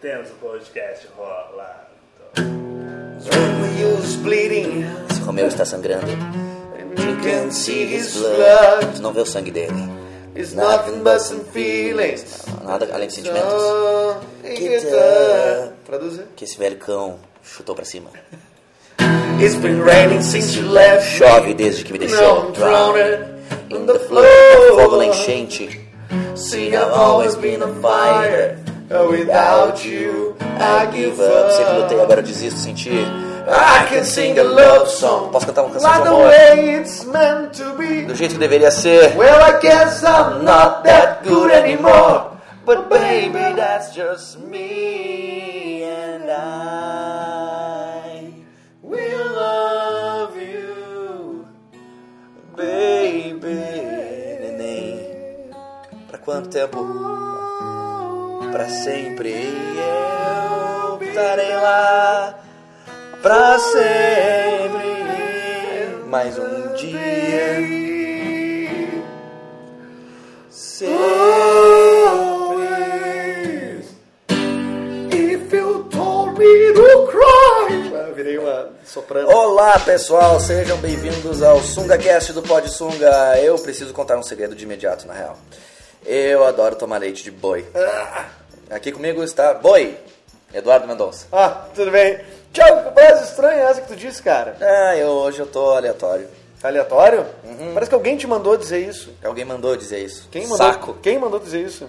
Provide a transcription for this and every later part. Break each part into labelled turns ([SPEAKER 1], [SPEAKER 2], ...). [SPEAKER 1] temos o podcast rolado.
[SPEAKER 2] Romeo's bleeding.
[SPEAKER 3] Esse Romeu está sangrando.
[SPEAKER 2] You can see his blood.
[SPEAKER 3] Tu não vê o sangue dele.
[SPEAKER 2] It's nothing but some feelings.
[SPEAKER 3] Nada além de sentimentos.
[SPEAKER 2] So, it uh, Traduzir.
[SPEAKER 3] Que esse velho cão chutou pra cima.
[SPEAKER 2] It's been raining since you left.
[SPEAKER 3] Chove desde que me
[SPEAKER 2] Now
[SPEAKER 3] deixou.
[SPEAKER 2] I'm drowning on the
[SPEAKER 3] Fogo na
[SPEAKER 2] floor.
[SPEAKER 3] enchente.
[SPEAKER 2] See, I've always been on fire. Without you, I give
[SPEAKER 3] Vamos, sempre lutei,
[SPEAKER 2] up.
[SPEAKER 3] agora eu desisto, senti.
[SPEAKER 2] I can sing a love song.
[SPEAKER 3] Posso cantar uma canção
[SPEAKER 2] Like
[SPEAKER 3] de
[SPEAKER 2] the
[SPEAKER 3] amor?
[SPEAKER 2] way it's meant to be.
[SPEAKER 3] Do jeito que deveria ser.
[SPEAKER 2] Well, I guess I'm not that good anymore. But baby, that's just me and I will love you, baby.
[SPEAKER 3] Neném. Pra quanto tempo? Pra sempre. Eu estarei lá. Pra sempre. Mais um dia.
[SPEAKER 2] Always. If you told me to cry. Ah, virei uma soprano.
[SPEAKER 3] Olá pessoal, sejam bem-vindos ao SungaCast do Pod Sunga. Eu preciso contar um segredo de imediato, na real. Eu adoro tomar leite de boi. Aqui comigo está Boi, Eduardo Mendonça.
[SPEAKER 2] Ah, tudo bem. Tchau, que frase estranha é essa que tu disse, cara.
[SPEAKER 3] Ah, eu hoje eu tô aleatório.
[SPEAKER 2] Aleatório? Uhum. Parece que alguém te mandou dizer isso.
[SPEAKER 3] Alguém mandou dizer isso.
[SPEAKER 2] Quem mandou,
[SPEAKER 3] Saco.
[SPEAKER 2] Quem mandou dizer isso?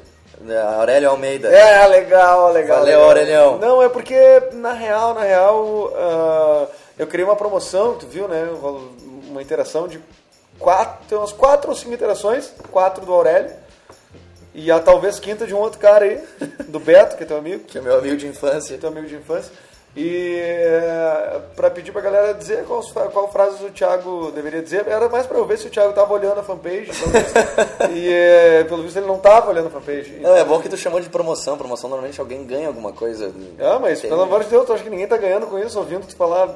[SPEAKER 3] A Aurélio Almeida.
[SPEAKER 2] É, legal, legal.
[SPEAKER 3] Valeu,
[SPEAKER 2] legal.
[SPEAKER 3] Aurelião.
[SPEAKER 2] Não, é porque, na real, na real, ah, eu criei uma promoção, tu viu, né? Uma interação de quatro, tem umas quatro ou cinco interações, quatro do Aurélio, e a talvez quinta de um outro cara aí, do Beto, que é teu amigo,
[SPEAKER 3] Que é meu amigo de infância.
[SPEAKER 2] teu amigo de infância. E eh, pra pedir pra galera dizer qual, qual frases o Thiago deveria dizer, era mais pra eu ver se o Thiago tava olhando a fanpage. pelo visto. e eh, pelo visto ele não tava olhando a fanpage.
[SPEAKER 3] Não, é bom que tu chamou de promoção. Promoção normalmente alguém ganha alguma coisa.
[SPEAKER 2] Ah, mas
[SPEAKER 3] Tem-
[SPEAKER 2] pelo amor de Deus, tu acha que ninguém tá ganhando com isso, ouvindo tu falar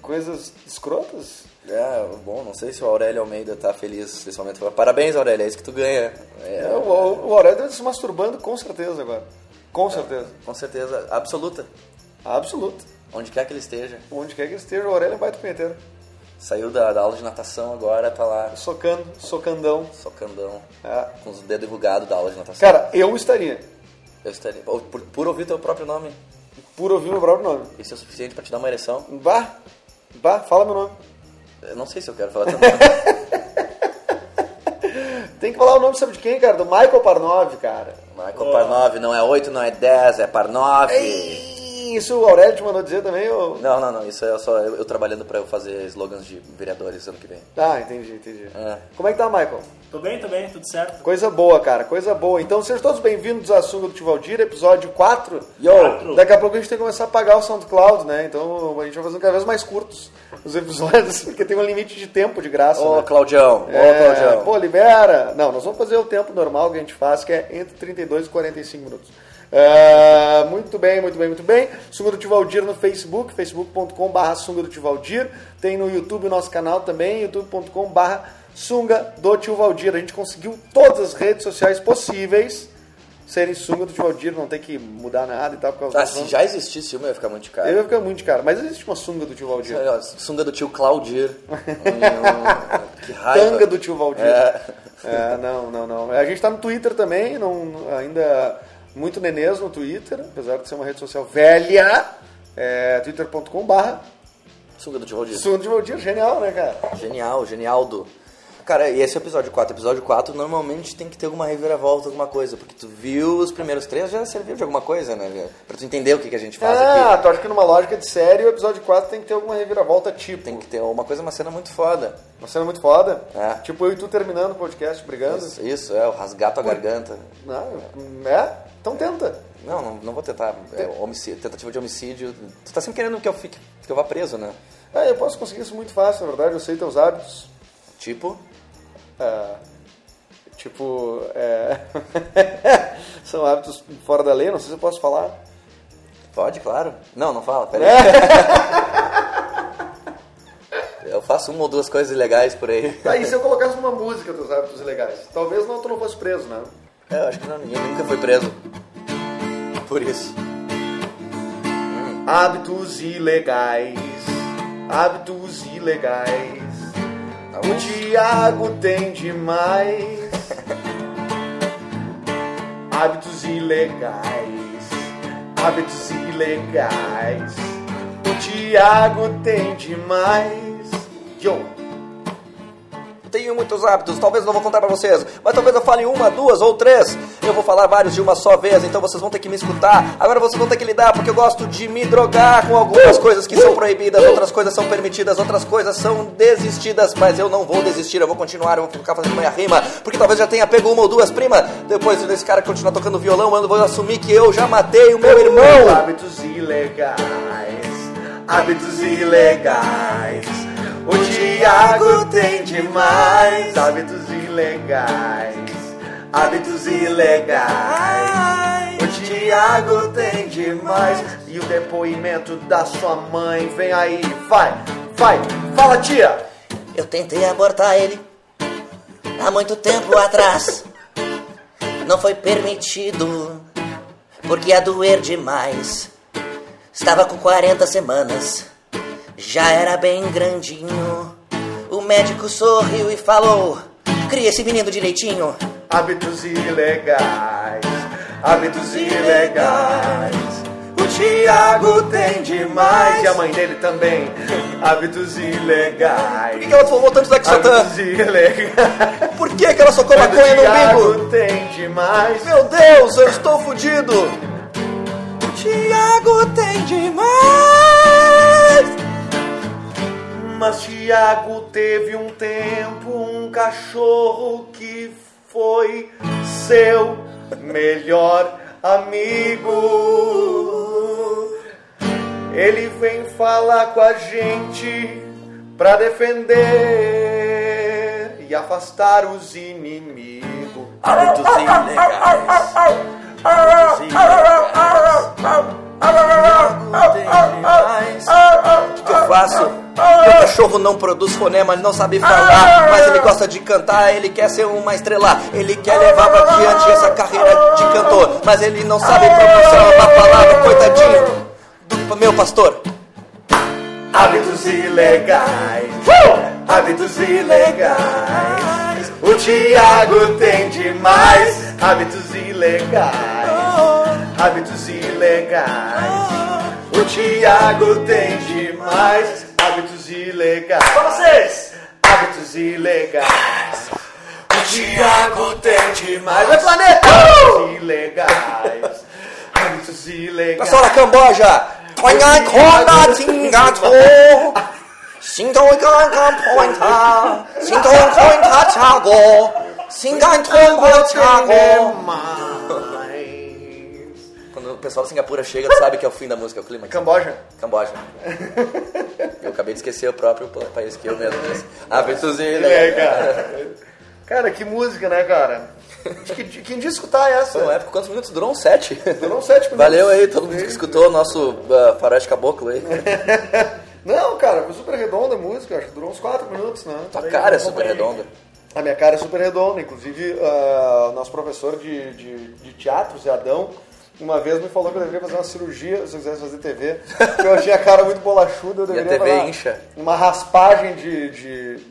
[SPEAKER 2] coisas escrotas?
[SPEAKER 3] É, bom, não sei se o Aurélio Almeida tá feliz nesse momento. Parabéns, Aurélio, é isso que tu ganha.
[SPEAKER 2] É,
[SPEAKER 3] É,
[SPEAKER 2] o, o Aurélio deve se masturbando com certeza agora. Com certeza.
[SPEAKER 3] com certeza, absoluta.
[SPEAKER 2] Absoluto.
[SPEAKER 3] Onde quer que ele esteja.
[SPEAKER 2] Onde quer que ele esteja, o Aurélio é um baita punheteiro.
[SPEAKER 3] Saiu da, da aula de natação agora, tá lá,
[SPEAKER 2] Socando, socandão.
[SPEAKER 3] socandão,
[SPEAKER 2] É.
[SPEAKER 3] com os dedos enrugados da aula de natação.
[SPEAKER 2] Cara, eu estaria,
[SPEAKER 3] Eu estaria, ou por, por ouvir teu próprio nome,
[SPEAKER 2] por ouvir meu próprio nome.
[SPEAKER 3] isso é o suficiente pra te dar uma ereção.
[SPEAKER 2] Bah, bah, fala meu nome.
[SPEAKER 3] Eu não sei se eu quero falar teu nome.
[SPEAKER 2] Tem que falar o nome, sabe de quem, cara? Do Michael Parnov, cara.
[SPEAKER 3] Marco Parnov, não é 8, não é 10, é Parnov.
[SPEAKER 2] Ei, isso o Aurélio te mandou dizer também? Ou...
[SPEAKER 3] Não, não, não, isso é só eu, eu trabalhando pra eu fazer slogans de vereadores ano que vem.
[SPEAKER 2] Ah, entendi, entendi.
[SPEAKER 3] É.
[SPEAKER 2] Como é que tá, Michael?
[SPEAKER 1] Tô bem, tô bem, tudo certo?
[SPEAKER 2] Coisa boa, cara, coisa boa. Então sejam todos bem-vindos à Sunga do Tivaldir, episódio 4.
[SPEAKER 3] Yo!
[SPEAKER 1] Quatro.
[SPEAKER 2] Daqui a pouco a gente tem que começar a pagar o SoundCloud, né? Então a gente vai fazendo cada vez mais curtos os episódios, porque tem um limite de tempo de graça.
[SPEAKER 3] Ô,
[SPEAKER 2] né?
[SPEAKER 3] Claudião, ô,
[SPEAKER 2] É,
[SPEAKER 3] Claudião.
[SPEAKER 2] Pô, libera! Não, nós vamos fazer o tempo normal que a gente faz, que é entre 32 e 45 minutos. É, muito bem, muito bem, muito bem. Sunga do Tivaldir no Facebook, facebook.com.br Sunga do Tivaldir. Tem no YouTube o nosso canal também, youtube.com.br Sunga do Tio Valdir. A gente conseguiu todas as redes sociais possíveis serem Sunga do Tio Valdir, não tem que mudar nada e tal. Por causa
[SPEAKER 3] Ah,
[SPEAKER 2] das
[SPEAKER 3] se
[SPEAKER 2] nomes.
[SPEAKER 3] já existisse uma, eu ia ficar muito caro.
[SPEAKER 2] Eu ia ficar muito caro, mas existe uma Sunga do Tio Valdir.
[SPEAKER 3] Olha, ó, Sunga do tio Claudir. Hum, que raiva.
[SPEAKER 2] Tanga do tio Valdir.
[SPEAKER 3] É.
[SPEAKER 2] É, não, não, não. A gente tá no Twitter também, não, ainda muito nenês no Twitter, apesar de ser uma rede social velha. É, twitter.com/barra.
[SPEAKER 3] Sunga do tio Claudir.
[SPEAKER 2] Sunga do Tio Valdir, genial, né, cara?
[SPEAKER 3] Genial, genialdo. Cara, e esse é o episódio 4. Episódio 4 normalmente tem que ter alguma reviravolta, alguma coisa, porque tu viu os primeiros três, já serviu de alguma coisa, né? velho? Pra tu entender o que, que a gente faz
[SPEAKER 2] Ah,
[SPEAKER 3] aqui. né?
[SPEAKER 2] tu acha que numa lógica de série o episódio 4 tem que ter alguma reviravolta tipo.
[SPEAKER 3] Tem que ter uma coisa, uma cena muito foda.
[SPEAKER 2] Uma cena muito foda.
[SPEAKER 3] É.
[SPEAKER 2] Tipo eu e tu terminando o podcast brigando.
[SPEAKER 3] Isso, isso, é, o rasgar tua garganta.
[SPEAKER 2] Não, né? Então tenta.
[SPEAKER 3] Não, não, não vou tentar. É, homicídio, tentativa de homicídio. Tu tá sempre querendo que eu fique, que eu vá preso, né?
[SPEAKER 2] Ah, eu posso conseguir isso muito fácil, na verdade, eu sei teus hábitos.
[SPEAKER 3] Tipo,
[SPEAKER 2] Ah, tipo, é... são hábitos fora da lei, não sei se eu posso falar.
[SPEAKER 3] pode, claro. Não, não fala, peraí. Eu faço uma ou duas coisas ilegais por aí.
[SPEAKER 2] Tá, e se eu colocasse uma música dos hábitos ilegais? Talvez não, tu não fosse preso, né?
[SPEAKER 3] É, Eu acho que não, ninguém nunca foi preso. Por isso.
[SPEAKER 2] Hábitos ilegais, hábitos ilegais. O Tiago tem demais. Hábitos ilegais, hábitos ilegais. O Tiago tem demais. Yo.
[SPEAKER 3] Tenho muitos hábitos, talvez eu não vou contar pra vocês, mas talvez eu fale uma, duas ou três. Eu vou falar vários de uma só vez, então vocês vão ter que me escutar. Agora vocês vão ter que lidar, porque eu gosto de me drogar com algumas coisas que são proibidas, outras coisas são permitidas, outras coisas são desistidas, mas eu não vou desistir, eu vou continuar, eu vou ficar fazendo minha rima, porque talvez já tenha pego uma ou duas prima. Depois desse cara continuar tocando violão, eu vou assumir que eu já matei o meu irmão.
[SPEAKER 2] Hábitos ilegais, hábitos ilegais. O Tiago tem demais. Hábitos ilegais, hábitos ilegais. O Tiago tem demais. E o depoimento da sua mãe. Vem aí, vai, vai, fala, tia.
[SPEAKER 4] Eu tentei abortar ele há muito tempo atrás. Não foi permitido, porque ia doer demais. Estava com 40 semanas, já era bem grandinho. O médico sorriu e falou: Cria esse menino direitinho.
[SPEAKER 2] Hábitos ilegais, hábitos ilegais. O Tiago tem demais. E a mãe dele também. Hábitos
[SPEAKER 3] Por
[SPEAKER 2] ilegais.
[SPEAKER 3] que que ela fumou tanto Dexatan?
[SPEAKER 2] Hábitos ilegais.
[SPEAKER 3] Por que que ela socou
[SPEAKER 2] O
[SPEAKER 3] maconha no é umbigo?
[SPEAKER 2] Tiago tem demais.
[SPEAKER 3] Meu Deus, eu estou fudido! Tiago tem demais!
[SPEAKER 2] Mas Tiago teve um tempo um cachorro que foi seu melhor amigo. Ele vem falar com a gente pra defender e afastar os inimigos.
[SPEAKER 3] Hábitos ilegais. Hábitos ilegais. O que, que eu faço? Meu cachorro não produz fonema, ele não sabe falar, mas ele gosta de cantar, ele quer ser uma estrela, ele quer levar pra diante essa carreira de cantor, mas ele não sabe pronunciar uma palavra, coitadinho do meu pastor.
[SPEAKER 2] Hábitos ilegais. Hábitos ilegais. O Tiago tem demais. Hábitos ilegais. Hábitos ilegais. O Tiago tem demais. Hábitos ilegais.
[SPEAKER 1] Pra vocês!
[SPEAKER 2] Hábitos ilegais. O Tiago tem demais. Vai, planeta! Hábitos ilegais. Hábitos ilegais.
[SPEAKER 3] Pessoal da Camboja! Ponha corda, tinga, to! Singa, ganga, pointa! Singa, pointa, chago! Singa, tromba, chago!
[SPEAKER 2] demais.
[SPEAKER 3] Quando o pessoal da Singapura chega, tu sabe que é o fim da música, é o clima.
[SPEAKER 2] Camboja.
[SPEAKER 3] Camboja. Eu acabei de esquecer o próprio pa- país que eu mesmo disse. Ah, né? Hábitos
[SPEAKER 2] É,
[SPEAKER 3] ilegais.
[SPEAKER 2] cara. Cara, que música, né, cara? Acho que, que dia escutar é essa?
[SPEAKER 3] Na época, quantos minutos durou? Um sete?
[SPEAKER 2] Foram sete minutos.
[SPEAKER 3] Valeu aí, todo mundo que escutou o nosso uh, faroeste caboclo aí.
[SPEAKER 2] Não, cara, foi super redonda a música, acho que durou uns quatro minutos, né?
[SPEAKER 3] Tua cara é super redonda.
[SPEAKER 2] A minha cara é super redonda, inclusive ah, o nosso professor de, de, de teatro, Zé Adão, uma vez me falou que eu deveria fazer uma cirurgia se eu quisesse fazer TV, porque eu tinha a cara muito bolachuda, eu deveria
[SPEAKER 3] TV
[SPEAKER 2] fazer
[SPEAKER 3] incha.
[SPEAKER 2] uma raspagem de, de,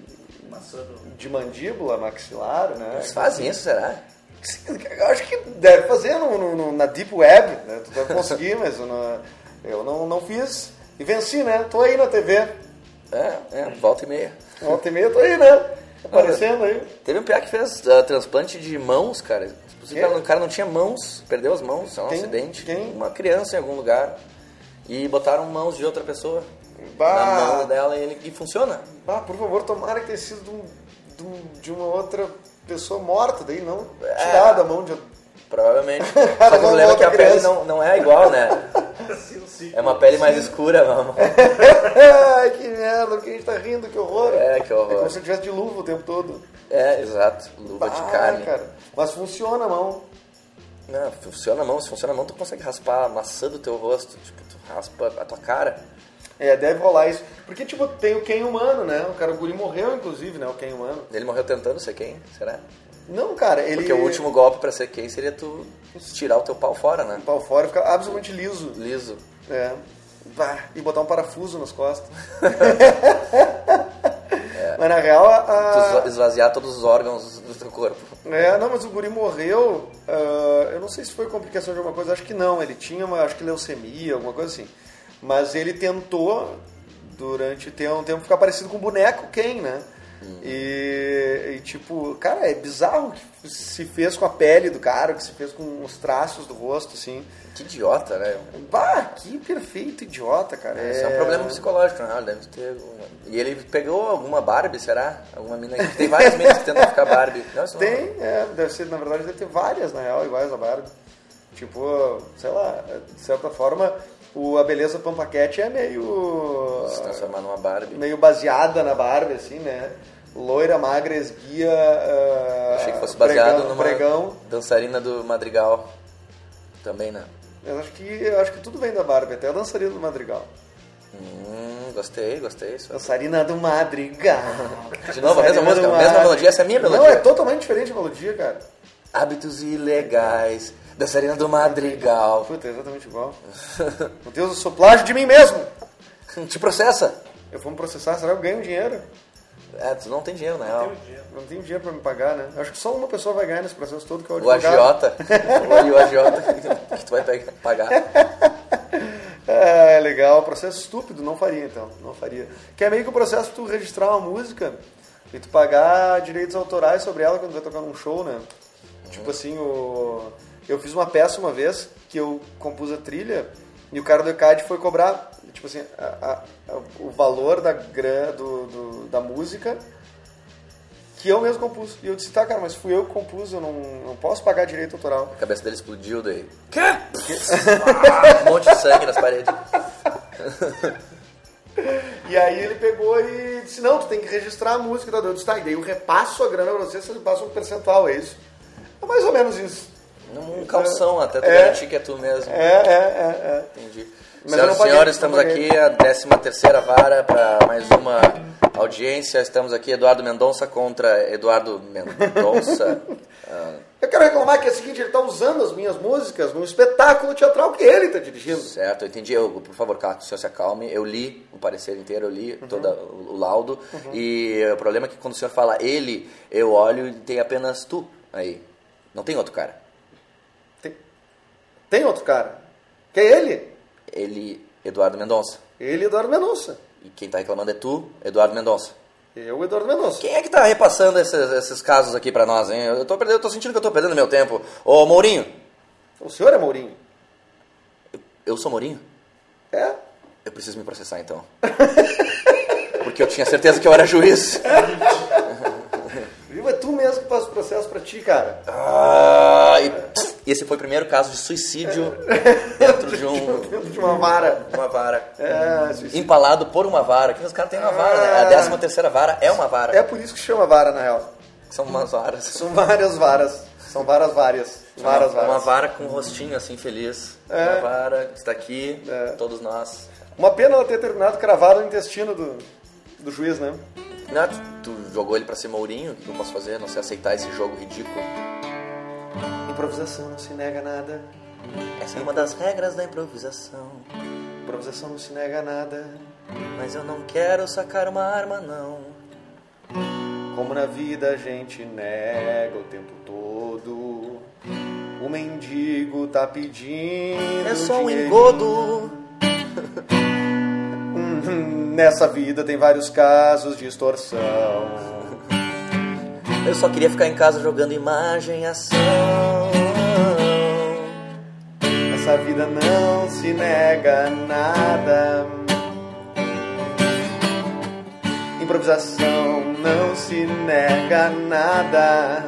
[SPEAKER 2] de mandíbula, maxilar, né?
[SPEAKER 3] Eles fazem isso, será?
[SPEAKER 2] Sim, Eu acho que deve fazer no, no- no- na Deep Web, né? Tu deve conseguir, mas eu, não, eu não, não fiz. E venci, né? Tô aí na TV.
[SPEAKER 3] É, é, volta e meia.
[SPEAKER 2] Ontem e meia tô aí, né? Aparecendo aí.
[SPEAKER 3] Teve um piá que fez ah, transplante de mãos, cara. Inclusive,
[SPEAKER 2] Quê?
[SPEAKER 3] o cara- o cara não tinha mãos, perdeu as mãos, sei lá, um
[SPEAKER 2] É? Quem?
[SPEAKER 3] acidente.
[SPEAKER 2] Quem?
[SPEAKER 3] Uma criança em algum lugar. E botaram mãos de outra pessoa na mão
[SPEAKER 2] Bah,
[SPEAKER 3] dela e, ele- e funciona.
[SPEAKER 2] bah, por favor, tomara que tenha sido de, um- de um- de uma outra pessoa morta, daí não
[SPEAKER 3] É.
[SPEAKER 2] tirada a mão de.
[SPEAKER 3] Provavelmente.
[SPEAKER 2] Cara,
[SPEAKER 3] Só que o
[SPEAKER 2] mão
[SPEAKER 3] problema é
[SPEAKER 2] de
[SPEAKER 3] que a
[SPEAKER 2] outra
[SPEAKER 3] pele
[SPEAKER 2] criança.
[SPEAKER 3] não, não é igual, né?
[SPEAKER 1] assim um
[SPEAKER 3] É uma pele mais escura, mano.
[SPEAKER 2] Ai, que merda, porque a gente tá rindo, que horror.
[SPEAKER 3] É, que horror.
[SPEAKER 2] É como se eu tivesse de luva o tempo todo.
[SPEAKER 3] É, exato. Luva de
[SPEAKER 2] Ah,
[SPEAKER 3] carne.
[SPEAKER 2] cara. Mas funciona a mão.
[SPEAKER 3] Não, funciona a mão. Se funciona a mão, tu consegue raspar a maçã do teu rosto. Tipo, tu raspa a tua cara.
[SPEAKER 2] É, deve rolar isso. Porque, tipo, tem o Ken humano, né? O cara, o guri morreu, inclusive, né? O Ken humano.
[SPEAKER 3] Ele morreu tentando ser quem? Será?
[SPEAKER 2] Não, cara, ele...
[SPEAKER 3] Porque é o último golpe pra ser quem seria tu tirar o teu pau fora, né?
[SPEAKER 2] O pau fora fica absolutamente liso.
[SPEAKER 3] Liso.
[SPEAKER 2] É. Bah, e botar um parafuso nas costas. Mas na real, a,
[SPEAKER 3] Tu esvaziar todos os órgãos do teu corpo.
[SPEAKER 2] É, não, mas o guri morreu. ah, eu não sei se foi complicação de alguma coisa, acho que não. Ele tinha uma, acho que leucemia, alguma coisa assim. Mas ele tentou, durante tem- um tempo, ficar parecido com o boneco Ken, né? E, e, tipo, cara, é bizarro o que se fez com a pele do cara, o que se fez com os traços do rosto, assim.
[SPEAKER 3] Que idiota, né?
[SPEAKER 2] Bah, que perfeito idiota, cara.
[SPEAKER 3] Isso é um problema psicológico, né? Deve ter. E ele pegou alguma Barbie, será? Alguma mina. Tem várias minas que tentam ficar Barbie. Não, isso não-
[SPEAKER 2] Tem, é, deve ser, na verdade, deve ter várias, na real, iguais a Barbie. Tipo, sei lá, de certa forma, o, a beleza Pampa Cat é meio.
[SPEAKER 3] Se transformar numa Barbie.
[SPEAKER 2] meio baseada na Barbie, assim, né? Loira, magra, esguia. ah,
[SPEAKER 3] Achei que fosse baseado
[SPEAKER 2] pregão,
[SPEAKER 3] numa
[SPEAKER 2] Pregão.
[SPEAKER 3] dançarina do Madrigal. Também, né?
[SPEAKER 2] Eu acho, que, eu acho que tudo vem da Barbie, até a dançarina do Madrigal.
[SPEAKER 3] Hum, gostei, gostei. Isso. é-
[SPEAKER 2] Dançarina do Madrigal.
[SPEAKER 3] De novo,
[SPEAKER 2] Dançarina
[SPEAKER 3] a mesma música,
[SPEAKER 2] do
[SPEAKER 3] a mesma
[SPEAKER 2] Madrigal.
[SPEAKER 3] melodia, essa é a minha
[SPEAKER 2] Não,
[SPEAKER 3] melodia.
[SPEAKER 2] é totalmente diferente a melodia, cara.
[SPEAKER 3] Hábitos ilegais. Dançarina do Madrigal.
[SPEAKER 2] Puta, é exatamente igual. Meu Deus, eu sou plágio de mim mesmo!
[SPEAKER 3] Te processa?
[SPEAKER 2] Eu vou me processar, será que eu ganho dinheiro?
[SPEAKER 3] É, tu não tem dinheiro, na
[SPEAKER 1] um
[SPEAKER 3] real.
[SPEAKER 2] Não tenho dinheiro pra me pagar, né? Acho que só uma pessoa vai ganhar nesse processo todo, que é o
[SPEAKER 3] O
[SPEAKER 2] advogado.
[SPEAKER 3] agiota. E o agiota que tu vai pegar- pagar.
[SPEAKER 2] É, legal. Processo estúpido, não faria, então. Não faria. Que é meio que o processo de tu registrar uma música e tu pagar direitos autorais sobre ela quando vai tocar num show, né? Tipo assim, o... eu fiz uma peça uma vez que eu compus a trilha e o cara do ECAD foi cobrar, tipo assim, a- a- a- o valor da, gran... do- do- da música que eu mesmo compus. E eu disse, tá, cara, mas fui eu que compus, eu não, não posso pagar direito autoral.
[SPEAKER 3] A cabeça dele explodiu daí. Quê? um monte de sangue nas paredes.
[SPEAKER 2] E aí ele pegou e disse, não, tu tem que registrar a música, tá? Eu disse, tá, e daí eu repasso a grana pra você, você passa um percentual, é isso? É mais ou menos isso.
[SPEAKER 3] Um calção, até tu
[SPEAKER 2] É.
[SPEAKER 3] garantir que é tu mesmo.
[SPEAKER 2] É, é, é, é.
[SPEAKER 3] Entendi.
[SPEAKER 2] Mas eu
[SPEAKER 3] Senhoras
[SPEAKER 2] não
[SPEAKER 3] e
[SPEAKER 2] paguei,
[SPEAKER 3] senhores,
[SPEAKER 2] não
[SPEAKER 3] estamos
[SPEAKER 2] paguei.
[SPEAKER 3] aqui, a 13 terceira vara para mais uma audiência. Estamos aqui, Eduardo Mendonça contra Eduardo Mendonça. Ah,
[SPEAKER 2] Eu quero reclamar que é o seguinte, ele tá usando as minhas músicas num espetáculo teatral que ele tá dirigindo.
[SPEAKER 3] certo, eu entendi. Eu, por favor, Caco, o senhor se acalme. Eu li o parecer inteiro, eu li todo o, o laudo. E o problema é que quando o senhor fala ele, eu olho e tem apenas tu aí. Não tem outro cara.
[SPEAKER 2] Tem, tem outro cara, que é ele.
[SPEAKER 3] Ele, Eduardo Mendonça.
[SPEAKER 2] Ele e Eduardo Mendonça.
[SPEAKER 3] E quem tá reclamando é tu, Eduardo Mendonça.
[SPEAKER 2] Eu e Eduardo Mendonça.
[SPEAKER 3] Quem é que tá repassando esses, esses casos aqui pra nós, hein? Eu tô, perdendo, eu tô sentindo que eu tô perdendo meu tempo. Ô, Mourinho.
[SPEAKER 2] O senhor é Mourinho?
[SPEAKER 3] Eu sou Mourinho?
[SPEAKER 2] É.
[SPEAKER 3] Eu preciso me processar, então. Porque eu tinha certeza que eu era juiz.
[SPEAKER 2] Viu, é tu mesmo que passa o processo pra ti, cara.
[SPEAKER 3] Ah, e, e esse foi o primeiro caso de suicídio
[SPEAKER 2] É.
[SPEAKER 3] dentro de um,
[SPEAKER 2] Dentro de uma vara.
[SPEAKER 3] uma vara.
[SPEAKER 2] É, suicídio.
[SPEAKER 3] Empalado por uma vara. Aqui os caras têm uma vara, né? A décima terceira vara é uma vara.
[SPEAKER 2] É por isso que chama vara, na real.
[SPEAKER 3] São umas varas.
[SPEAKER 2] São várias varas. São várias várias. Várias É.
[SPEAKER 3] uma, uma
[SPEAKER 2] várias.
[SPEAKER 3] vara com um rostinho assim, feliz. Uma vara que está aqui,
[SPEAKER 2] É.
[SPEAKER 3] todos nós.
[SPEAKER 2] Uma pena ela ter terminado cravada no intestino do, do juiz, né?
[SPEAKER 3] Não, tu, tu jogou ele pra ser Mourinho, o que eu posso fazer? Não sei aceitar esse jogo ridículo.
[SPEAKER 2] Improvisação não se nega nada.
[SPEAKER 3] Essa é uma das regras da improvisação.
[SPEAKER 2] Improvisação não se nega nada.
[SPEAKER 3] Mas eu não quero sacar uma arma, não.
[SPEAKER 2] Como na vida a gente nega o tempo todo. O mendigo tá pedindo.
[SPEAKER 3] É só um
[SPEAKER 2] dinheiro.
[SPEAKER 3] engodo.
[SPEAKER 2] Nessa vida tem vários casos de extorsão.
[SPEAKER 3] Eu só queria ficar em casa jogando imagem e ação.
[SPEAKER 2] Essa vida não se nega nada. Improvisação não se nega nada.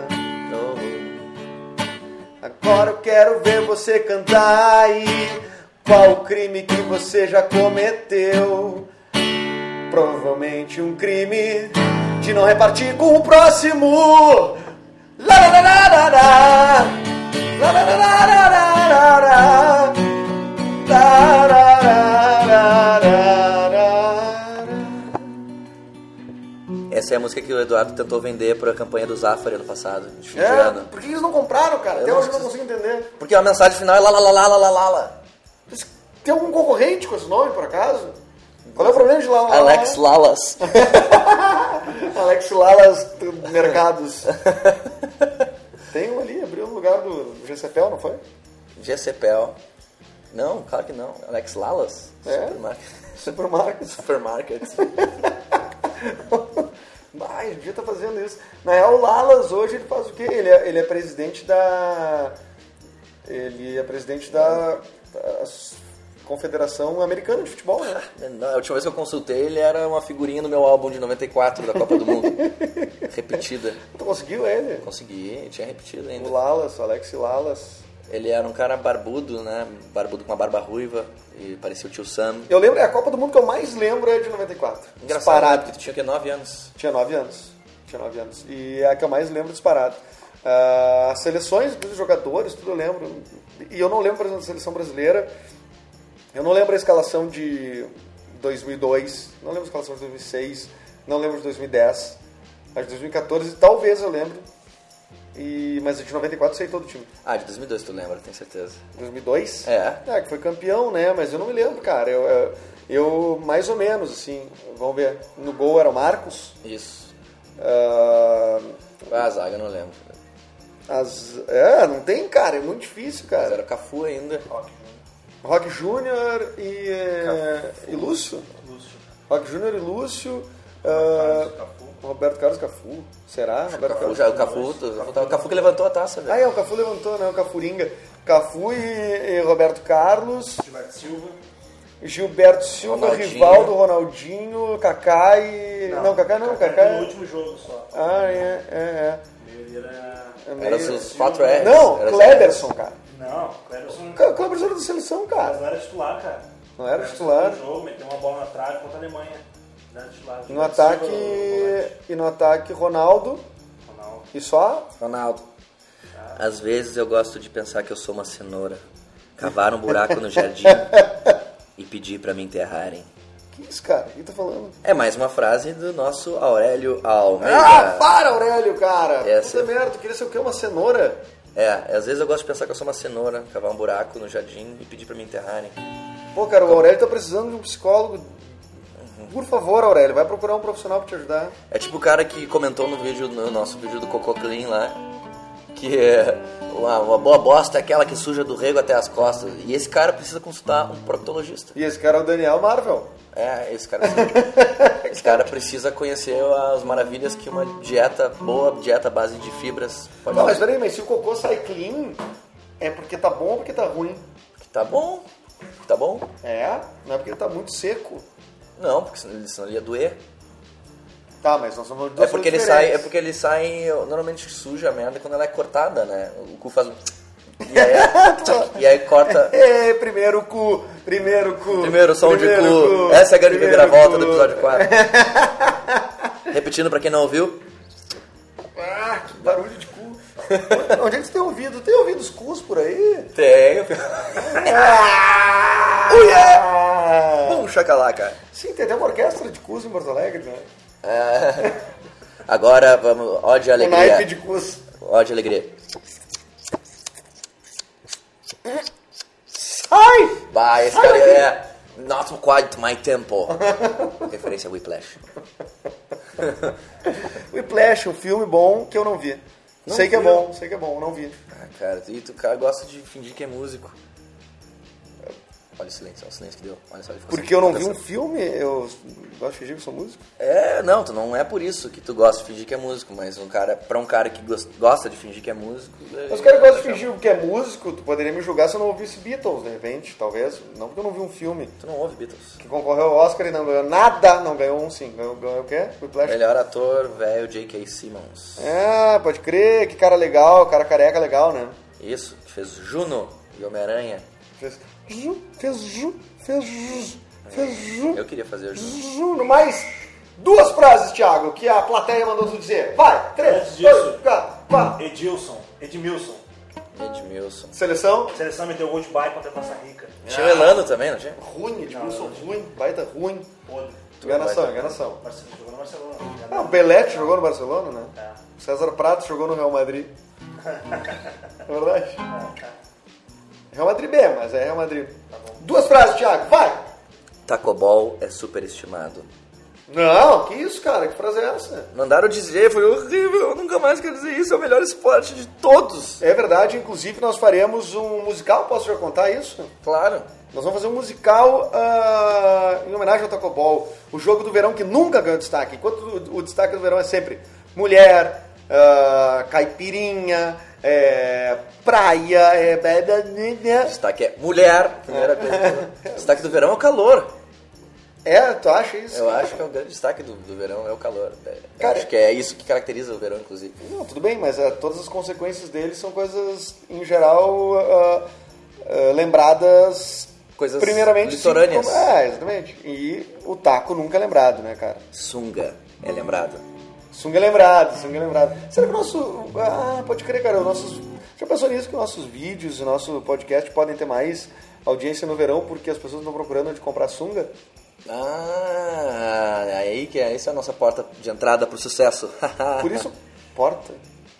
[SPEAKER 3] Oh,
[SPEAKER 2] Agora eu quero ver você cantar e qual o crime que você já cometeu? Provavelmente um crime de não repartir com o próximo. Lá, lá, lá, lá, lá, lá. Lá, lá, lá, lá, lá, lá, lá, lá. Lá, lá, lá, lá, lá, lá, lá.
[SPEAKER 3] Essa é a música que o Eduardo tentou vender pra campanha do Zafari ano passado, de fim de
[SPEAKER 2] É,
[SPEAKER 3] ano.
[SPEAKER 2] por que eles não compraram, cara? Até
[SPEAKER 3] não
[SPEAKER 2] hoje eu não
[SPEAKER 3] sei.
[SPEAKER 2] consigo entender.
[SPEAKER 3] Porque a mensagem final é lá lá lá lá lá lá lá.
[SPEAKER 2] Mas Tem algum concorrente com esse nome, por acaso? Qual é o problema de lá? lá-
[SPEAKER 3] Alex Lalas.
[SPEAKER 2] Alex Lalas t- Mercados. Tem um ali, abriu o lugar do GCPEL, não foi?
[SPEAKER 3] GCPEL. Não, claro que não. Alex Lalas?
[SPEAKER 2] É.
[SPEAKER 3] Supermarket.
[SPEAKER 2] Supermarket.
[SPEAKER 3] Supermarket.
[SPEAKER 2] Mas devia estar fazendo isso. Na real, o Lalas hoje ele faz o quê? Ele é, ele é presidente da. Ele é presidente da, da Confederação Americana de Futebol, né?
[SPEAKER 3] Não, a última vez que eu consultei, ele era uma figurinha no meu álbum de 94 da Copa do Mundo. Repetida.
[SPEAKER 2] Tu Então, conseguiu ele?
[SPEAKER 3] Consegui, tinha repetido
[SPEAKER 2] O
[SPEAKER 3] ainda.
[SPEAKER 2] Lalas, o Alex Lalas.
[SPEAKER 3] Ele era um cara barbudo, né? Barbudo com uma barba ruiva e parecia o tio Sam.
[SPEAKER 2] Eu lembro, é a Copa do Mundo que eu mais lembro é de 94.
[SPEAKER 3] Engraçado, né?
[SPEAKER 2] Disparado.
[SPEAKER 3] porque tu tinha o quê? 9 anos.
[SPEAKER 2] Tinha 9 anos. Tinha 9 anos. E é a que eu mais lembro disparado. Ah, As seleções dos jogadores, tudo eu lembro. E eu não lembro, por exemplo, da seleção brasileira. Eu não lembro a escalação de 2002. Não lembro a escalação de 2006. Não lembro de 2010. A de 2014 talvez eu lembre. E, mas a de 94 eu sei todo o time.
[SPEAKER 3] Ah, de 2002 tu lembra, tenho certeza.
[SPEAKER 2] 2002?
[SPEAKER 3] É.
[SPEAKER 2] É, que foi campeão, né? Mas eu não me lembro, cara. Eu, eu, eu mais ou menos, assim. Vamos ver. No gol era o Marcos.
[SPEAKER 3] Isso.
[SPEAKER 2] Ah,
[SPEAKER 3] Ah, a zaga, eu não lembro.
[SPEAKER 2] as, é, não tem, cara. É muito difícil,
[SPEAKER 3] Mas
[SPEAKER 2] cara.
[SPEAKER 3] era o Cafu ainda.
[SPEAKER 1] né?
[SPEAKER 2] Rock Júnior e, eh, e Lúcio.
[SPEAKER 1] Lúcio.
[SPEAKER 2] Rock Júnior e Lúcio. ah,
[SPEAKER 1] Cafu.
[SPEAKER 2] Roberto Carlos Cafu. Será? Roberto
[SPEAKER 3] Cafu,
[SPEAKER 2] Carlos
[SPEAKER 3] já, o Cafu, tu- o Cafu que levantou a taça,
[SPEAKER 2] Ah,
[SPEAKER 3] velho.
[SPEAKER 2] é, o Cafu levantou, né? O Cafuringa. Cafu e, e Roberto Carlos.
[SPEAKER 1] Gilberto Silva.
[SPEAKER 2] Gilberto Silva,
[SPEAKER 3] Ronaldinho.
[SPEAKER 2] Rivaldo, Ronaldinho, Kaká e... Não, Kaká não, Kaká...
[SPEAKER 3] é
[SPEAKER 2] é-
[SPEAKER 1] No é último jogo só.
[SPEAKER 2] Ah, é, é,
[SPEAKER 1] Ele era...
[SPEAKER 2] é. é meio-
[SPEAKER 3] Era os seus 4 R's.
[SPEAKER 2] Não,
[SPEAKER 3] era
[SPEAKER 2] Kleberson, cara.
[SPEAKER 1] Não, Cleberson...
[SPEAKER 2] O Kleberson era da seleção,
[SPEAKER 1] Mas
[SPEAKER 2] cara.
[SPEAKER 1] não um era titular, cara.
[SPEAKER 2] Não era
[SPEAKER 1] O Cleberson
[SPEAKER 2] titular.
[SPEAKER 1] No jogo, meteu uma bola na trave contra a Alemanha. Não era titular.
[SPEAKER 2] E no
[SPEAKER 1] Gilberto
[SPEAKER 2] ataque...
[SPEAKER 1] Silva, volante.
[SPEAKER 2] E no ataque, Ronaldo.
[SPEAKER 1] Ronaldo.
[SPEAKER 2] E só...
[SPEAKER 3] Ronaldo. Às vezes eu gosto de pensar que eu sou uma cenoura. Cavar um buraco no jardim e pedir pra me enterrarem.
[SPEAKER 2] Que isso, cara? O que tá falando?
[SPEAKER 3] É mais uma frase do nosso Aurélio
[SPEAKER 2] Ah,
[SPEAKER 3] Almeida.
[SPEAKER 2] para, Aurélio, cara!
[SPEAKER 3] Essa-
[SPEAKER 2] Puta merda, tu queria ser o quê? Uma cenoura?
[SPEAKER 3] É, às vezes eu gosto de pensar que eu sou uma cenoura, cavar um buraco no jardim e pedir pra me enterrarem.
[SPEAKER 2] Pô, cara,
[SPEAKER 3] Então-
[SPEAKER 2] o Aurélio tá precisando de um psicólogo. Por favor, Aurélio, vai procurar um profissional pra te ajudar.
[SPEAKER 3] É tipo o cara que comentou no vídeo, no nosso vídeo do Cocô Clean lá, que é uma, uma boa bosta é aquela que suja do rego até as costas. E esse cara precisa consultar um proctologista.
[SPEAKER 2] E esse cara é o Daniel Marvel.
[SPEAKER 3] É, esse cara, esse cara precisa conhecer as maravilhas que uma dieta boa, dieta à base de fibras pode
[SPEAKER 2] Não, mas
[SPEAKER 3] fazer.
[SPEAKER 2] peraí, mas se o cocô sai clean, é porque tá bom ou porque tá ruim?
[SPEAKER 3] Tá bom, tá bom.
[SPEAKER 2] É, não é porque tá muito seco.
[SPEAKER 3] Não, porque senão, senão ele ia doer.
[SPEAKER 2] Tá, mas nós somos
[SPEAKER 3] É porque, ele sai, é porque ele sai, normalmente suja a merda quando ela é cortada, né? O cu faz um... E aí, e aí corta...
[SPEAKER 2] É, primeiro cu, primeiro cu.
[SPEAKER 3] Primeiro som de cu.
[SPEAKER 2] primeiro
[SPEAKER 3] Essa é a grande
[SPEAKER 2] primeiro
[SPEAKER 3] reviravolta
[SPEAKER 2] cu.
[SPEAKER 3] do episódio 4. Repetindo pra quem não ouviu.
[SPEAKER 2] Ah, que barulho de cu. Onde é que você tem ouvido? Tem ouvido os cus por aí?
[SPEAKER 3] Tem.
[SPEAKER 2] Uia!
[SPEAKER 3] Vamos chacalaca.
[SPEAKER 2] Sim, tem até uma orquestra de cus em Porto Alegre, né?
[SPEAKER 3] É. Agora vamos. Ó de
[SPEAKER 2] Um naipe
[SPEAKER 3] alegria.
[SPEAKER 2] de cus.
[SPEAKER 3] Ó de alegria.
[SPEAKER 2] Ai!
[SPEAKER 3] Bah, esse cara é. Not quite my tempo. Referência a Whiplash.
[SPEAKER 2] Whiplash, um filme bom que eu não vi.
[SPEAKER 3] Não
[SPEAKER 2] sei que é
[SPEAKER 3] viu?
[SPEAKER 2] bom, sei que é bom, não vi.
[SPEAKER 3] Ah, cara, e tu cara gosta de fingir que é músico. Olha o silêncio, olha o silêncio que deu. Olha só, ele ficou
[SPEAKER 2] Porque
[SPEAKER 3] sem
[SPEAKER 2] eu não vi um
[SPEAKER 3] atenção.
[SPEAKER 2] filme, eu gosto de fingir que sou músico.
[SPEAKER 3] É, não, tu não é por isso que tu gosta de fingir que é músico, mas um cara, pra um cara que gos- gosta de fingir que é músico. ele-
[SPEAKER 2] Mas o cara gosta de fingir que é músico, tu poderia me julgar se eu não ouvisse Beatles, de repente, talvez. Não porque eu não vi um filme
[SPEAKER 3] Tu não ouve Beatles.
[SPEAKER 2] que concorreu ao Oscar e não ganhou nada, não ganhou um sim. Ganhou, ganhou o quê? Whiplash.
[SPEAKER 3] Melhor ator, velho, J.K. Simmons.
[SPEAKER 2] É, pode crer, que cara legal, cara careca legal, né?
[SPEAKER 3] Isso, que fez Juno e Homem-Aranha.
[SPEAKER 2] Fez ju, fez ju, fez ju, fez ju.
[SPEAKER 3] Eu queria fazer o Juno.
[SPEAKER 2] Juno, mais duas frases, Thiago, que a plateia mandou tu dizer. Vai, três,
[SPEAKER 1] Antes disso.
[SPEAKER 2] dois, quatro, quatro.
[SPEAKER 1] Edilson. Edmilson.
[SPEAKER 3] Edmilson.
[SPEAKER 2] Seleção?
[SPEAKER 1] A seleção meteu um gol de baile contra a Costa Rica.
[SPEAKER 3] Tinha
[SPEAKER 2] Ah.
[SPEAKER 3] o Elano também, não tinha?
[SPEAKER 2] Ruim, Edmilson ruim, baita ruim.
[SPEAKER 1] Podre.
[SPEAKER 2] Enganação, enganação.
[SPEAKER 1] Barcelona jogou no Barcelona.
[SPEAKER 2] Ah, o Belete jogou no Barcelona, né?
[SPEAKER 1] Tá.
[SPEAKER 2] César Prato jogou no Real Madrid.
[SPEAKER 1] Tá
[SPEAKER 2] É verdade? Real Madrid B, mas é Real Madrid. Duas frases, Thiago, vai!
[SPEAKER 3] Tacobol é superestimado.
[SPEAKER 2] Não, que isso, cara? Que frase é essa?
[SPEAKER 3] Mandaram dizer, foi horrível, eu nunca mais quero dizer isso, é o melhor esporte de todos.
[SPEAKER 2] É verdade, inclusive nós faremos um musical, posso já contar isso?
[SPEAKER 3] Claro.
[SPEAKER 2] Nós vamos fazer um musical ah, em homenagem ao Tacobol, o jogo do verão que nunca ganhou destaque, enquanto o, o destaque do verão é sempre mulher, ah, caipirinha, é, praia, é, blá, blá, blá,
[SPEAKER 3] Destaque é mulher, primeira coisa. Destaque do verão é o calor.
[SPEAKER 2] blá. é, tu acha isso?
[SPEAKER 3] Eu acho que é o grande destaque do, do verão é o calor. É, eu
[SPEAKER 2] Cara,
[SPEAKER 3] acho que é isso que caracteriza o verão, inclusive.
[SPEAKER 2] Não, tudo bem, mas ah, todas as consequências dele são coisas, em geral, ah, ah, lembradas
[SPEAKER 3] Coisas
[SPEAKER 2] primeiramente...
[SPEAKER 3] litorâneas.
[SPEAKER 2] sim, como- é, exatamente. E o taco nunca é lembrado, né, cara?
[SPEAKER 3] Sunga é lembrado.
[SPEAKER 2] Sunga é lembrado, sunga é lembrado. Será que o nosso... Ah, pode crer, cara, os nossos... Já pensou nisso que nossos vídeos e nosso podcast podem ter mais audiência no verão porque as pessoas estão procurando onde comprar sunga?
[SPEAKER 3] Ah, aí que é, essa é a nossa porta de entrada pro sucesso.
[SPEAKER 2] Por isso, porta,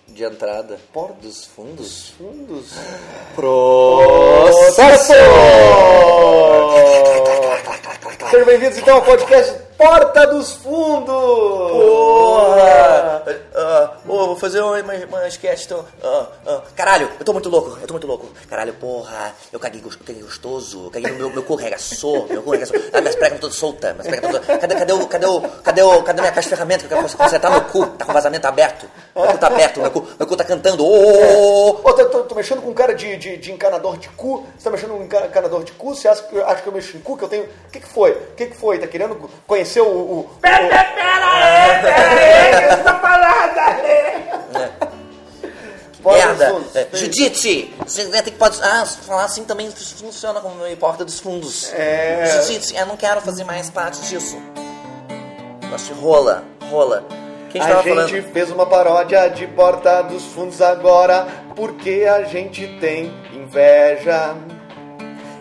[SPEAKER 3] de entrada.
[SPEAKER 2] Porta.
[SPEAKER 3] dos fundos.
[SPEAKER 2] fundos...
[SPEAKER 3] Processo!
[SPEAKER 2] Sejam bem-vindos, então, ao podcast Porta dos Fundos!
[SPEAKER 3] Porra! Ah, ô, vou fazer uma, uma, uma sketch, então. Ah, ah. Caralho, eu tô muito louco, eu tô muito louco. Caralho, porra, eu caguei, gos- caguei gostoso, caguei no meu, meu cu regaçou, meu cu regaçou. Ah, minhas pregas estão todas soltas, minhas pregas estão todas... Cadê, cadê, o, cadê, o, cadê, o, cadê a minha caixa de ferramenta que eu quero consertar meu cu? Tá com vazamento aberto, meu cu tá aberto, meu cu, meu cu tá cantando. Ô, ô, ô, ô.
[SPEAKER 2] Ô, tô, tô- tô mexendo com um cara de, de, de encanador de cu. Você tá mexendo com enca- encanador de cu? Você acha que, eu- acha que eu mexo em cu? Que eu tenho. O que, que foi? O que, que foi? Tá querendo conhecer o. o- o- Porta dos
[SPEAKER 3] É. Merda!
[SPEAKER 2] Fundos.
[SPEAKER 3] É, Judite! Você né, tem que pode. Ah, se falar assim também funciona como meio porta dos fundos.
[SPEAKER 2] É.
[SPEAKER 3] Judite, eu não quero fazer mais parte disso. Nossa, rola, rola. Quem a gente
[SPEAKER 2] A
[SPEAKER 3] tava
[SPEAKER 2] gente
[SPEAKER 3] falando?
[SPEAKER 2] fez uma paródia de Porta dos Fundos agora, porque a gente tem inveja.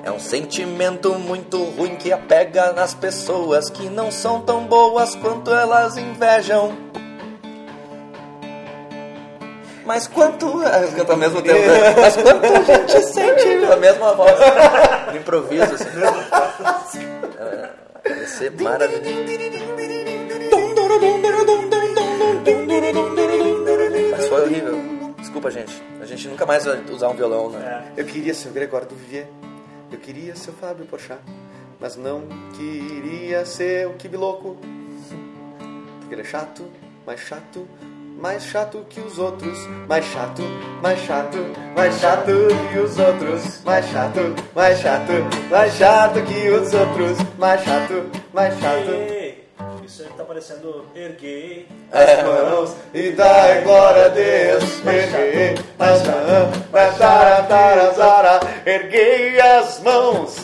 [SPEAKER 3] É um sentimento muito ruim que apega nas pessoas que não são tão boas quanto elas invejam. Mas quanto. Ah, Canta ao mesmo tempo. né? Mas quanto a gente sente. A mesma voz. No improviso, assim. Ah, Vai ser maravilhoso. Mas foi horrível. Desculpa, gente. A gente nunca mais vai usar um violão, né?
[SPEAKER 2] Eu queria ser o Gregório do Vivier. Eu queria ser o Fábio Porchat. Mas não queria ser o Kibiloco. Porque ele é chato, mais chato, mais chato que os outros. Mais chato, mais chato, mais chato que os outros. Mais chato, mais chato, mais chato que os outros. Mais chato, mais chato.
[SPEAKER 1] Ei, isso aí tá parecendo erguei.
[SPEAKER 2] As mãos É. e dai glória a Deus. Erguei as mãos, mas tara, tara, tara. Erguei as mãos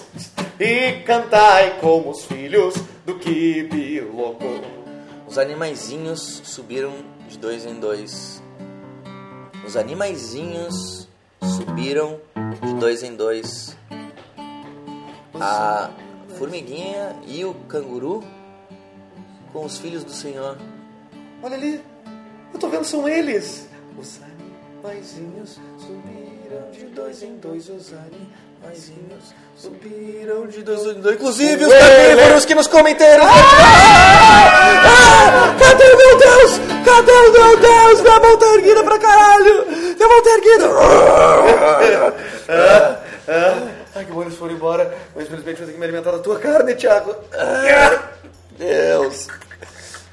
[SPEAKER 2] e cantai como os filhos do Kibiloco.
[SPEAKER 3] Os animaizinhos subiram de dois em dois. Os animaizinhos subiram de dois em dois. A formiguinha e o canguru com os filhos do Senhor.
[SPEAKER 2] Olha ali, eu tô vendo, são eles. Os animaizinhos subiram de dois em dois, os animaizinhos subiram de dois em dois.
[SPEAKER 3] Inclusive os carnívoros que nos comem inteiros. Ah! cadê o meu Deus? Cadê o meu Deus? Minha mão tá erguida pra caralho! Minha mão tá erguida!
[SPEAKER 2] Ai, que bom, eles foram embora. Mas infelizmente eu vou ter que me alimentar da tua carne, Thiago.
[SPEAKER 3] Deus.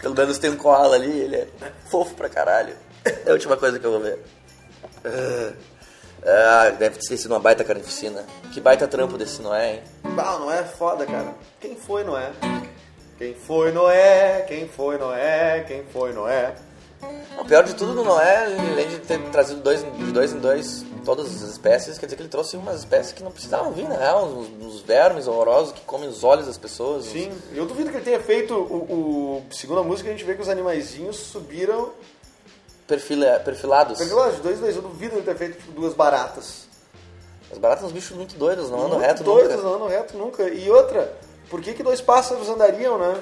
[SPEAKER 3] Pelo menos tem um koala ali, ele é fofo pra caralho. É a última coisa que eu vou ver. Ah, deve ter sido uma baita carnificina. Que baita trampo desse Noé, hein?
[SPEAKER 2] Ah, o Noé é foda, cara. Quem foi Noé? Quem foi Noé? Quem foi Noé? Quem foi Noé?
[SPEAKER 3] O pior de tudo do Noé, além de ter trazido dois, de dois em dois todas as espécies, quer dizer que ele trouxe umas espécies que não precisavam vir, na real. Uns, uns vermes horrorosos que comem os olhos das pessoas. uns-
[SPEAKER 2] Sim, eu duvido que ele tenha feito o, o- Segundo a música, a gente vê que os animaizinhos subiram.
[SPEAKER 3] perfila- perfilados.
[SPEAKER 2] Porque lá, os dois, dois, eu duvido ele ter feito tipo, duas baratas.
[SPEAKER 3] As baratas são uns bichos muito doidos, não andam
[SPEAKER 2] Muito
[SPEAKER 3] reto
[SPEAKER 2] doidos,
[SPEAKER 3] nunca.
[SPEAKER 2] não
[SPEAKER 3] É.
[SPEAKER 2] andam reto nunca. E outra, por que, que dois pássaros andariam, né?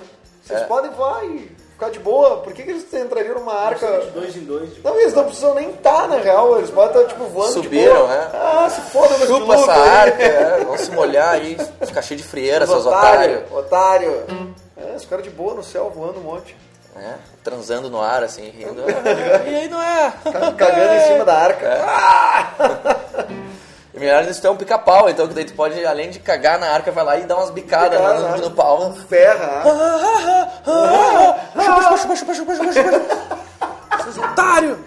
[SPEAKER 2] Vocês podem voar e ficar de boa, por que, que eles entrariam numa arca.
[SPEAKER 1] De dois em dois. de-
[SPEAKER 2] Não, eles não precisam nem estar, na real. Eles podem estar, tipo, voando de
[SPEAKER 3] Subiram,
[SPEAKER 2] boa.
[SPEAKER 3] né?
[SPEAKER 2] Ah, se foda, mas
[SPEAKER 3] Chupa essa arca, é, vão se molhar aí, ficar cheio de frieira, seus otários.
[SPEAKER 2] Otário, otário. É, os caras de boa no céu, voando um monte.
[SPEAKER 3] né? Transando no ar, assim, rindo. Ah, e aí não é?
[SPEAKER 2] Tá Cagando em cima da arca.
[SPEAKER 3] E melhor eles têm um pica-pau, então, que daí tu pode, além de cagar na arca, vai lá e dar umas bicadas né?
[SPEAKER 2] Bicadas na
[SPEAKER 3] lá no,
[SPEAKER 2] arca.
[SPEAKER 3] no pau.
[SPEAKER 2] Ferra. né?
[SPEAKER 3] Chupa, chupa, chupa, chupa, chupa, chupa, chupa. Seus otários!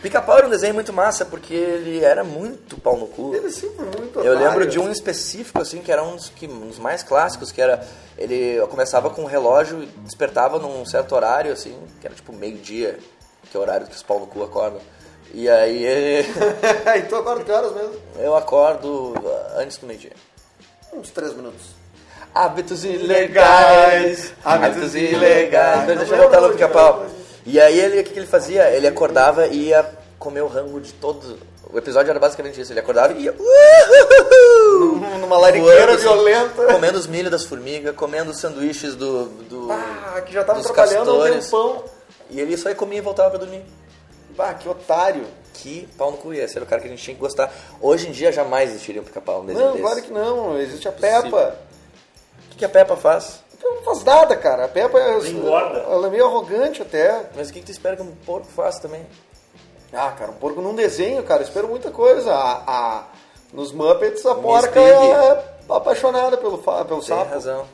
[SPEAKER 3] Pica-pau era um desenho muito massa, porque ele era muito pau no cu.
[SPEAKER 2] Ele é sempre muito
[SPEAKER 3] Eu
[SPEAKER 2] otário.
[SPEAKER 3] lembro de um específico, assim, que era um dos, que, um dos mais clássicos, que era. Ele começava com um relógio e despertava num certo horário, assim, que era tipo meio-dia, que é o horário que os pau no cu acordam. E aí ele-
[SPEAKER 2] e tu acorda que horas mesmo?
[SPEAKER 3] eu acordo ah, antes do meio-dia.
[SPEAKER 2] Uns três minutos.
[SPEAKER 3] Hábitos ilegais, hábitos ilegais. Deixa eu voltar no pica-pau. E aí ele, o que, que ele fazia? Ele acordava e ia comer o rango de todo. O episódio era basicamente isso. Ele acordava e ia. Uhuhuhu!
[SPEAKER 2] Numa lariqueira
[SPEAKER 3] Voando, assim,
[SPEAKER 2] violenta.
[SPEAKER 3] Comendo os milho das formigas, comendo os sanduíches do. do
[SPEAKER 2] Ah, que já tava
[SPEAKER 3] dos
[SPEAKER 2] trabalhando há um
[SPEAKER 3] castores.
[SPEAKER 2] tempão.
[SPEAKER 3] E ele só ia comer e voltava pra dormir.
[SPEAKER 2] Bah, que otário.
[SPEAKER 3] Que pau no cu ia. Esse era o cara que a gente tinha que gostar. Hoje em dia jamais existiria um pica-pau. Um desenho
[SPEAKER 2] Não,
[SPEAKER 3] desse.
[SPEAKER 2] claro que não. Existe a
[SPEAKER 3] Impossível.
[SPEAKER 2] Peppa.
[SPEAKER 3] O que, que a Peppa faz?
[SPEAKER 2] Então não faz nada, cara. A Peppa é,
[SPEAKER 1] Engorda.
[SPEAKER 2] ela é meio arrogante até.
[SPEAKER 3] Mas o que, que tu espera que um porco faça também?
[SPEAKER 2] Ah, cara, um porco num desenho, cara, eu espero muita coisa. A, a- nos Muppets, a porca
[SPEAKER 3] Pig.
[SPEAKER 2] é apaixonada pelo, fa- pelo
[SPEAKER 3] Um Tem
[SPEAKER 2] sapo.
[SPEAKER 3] razão.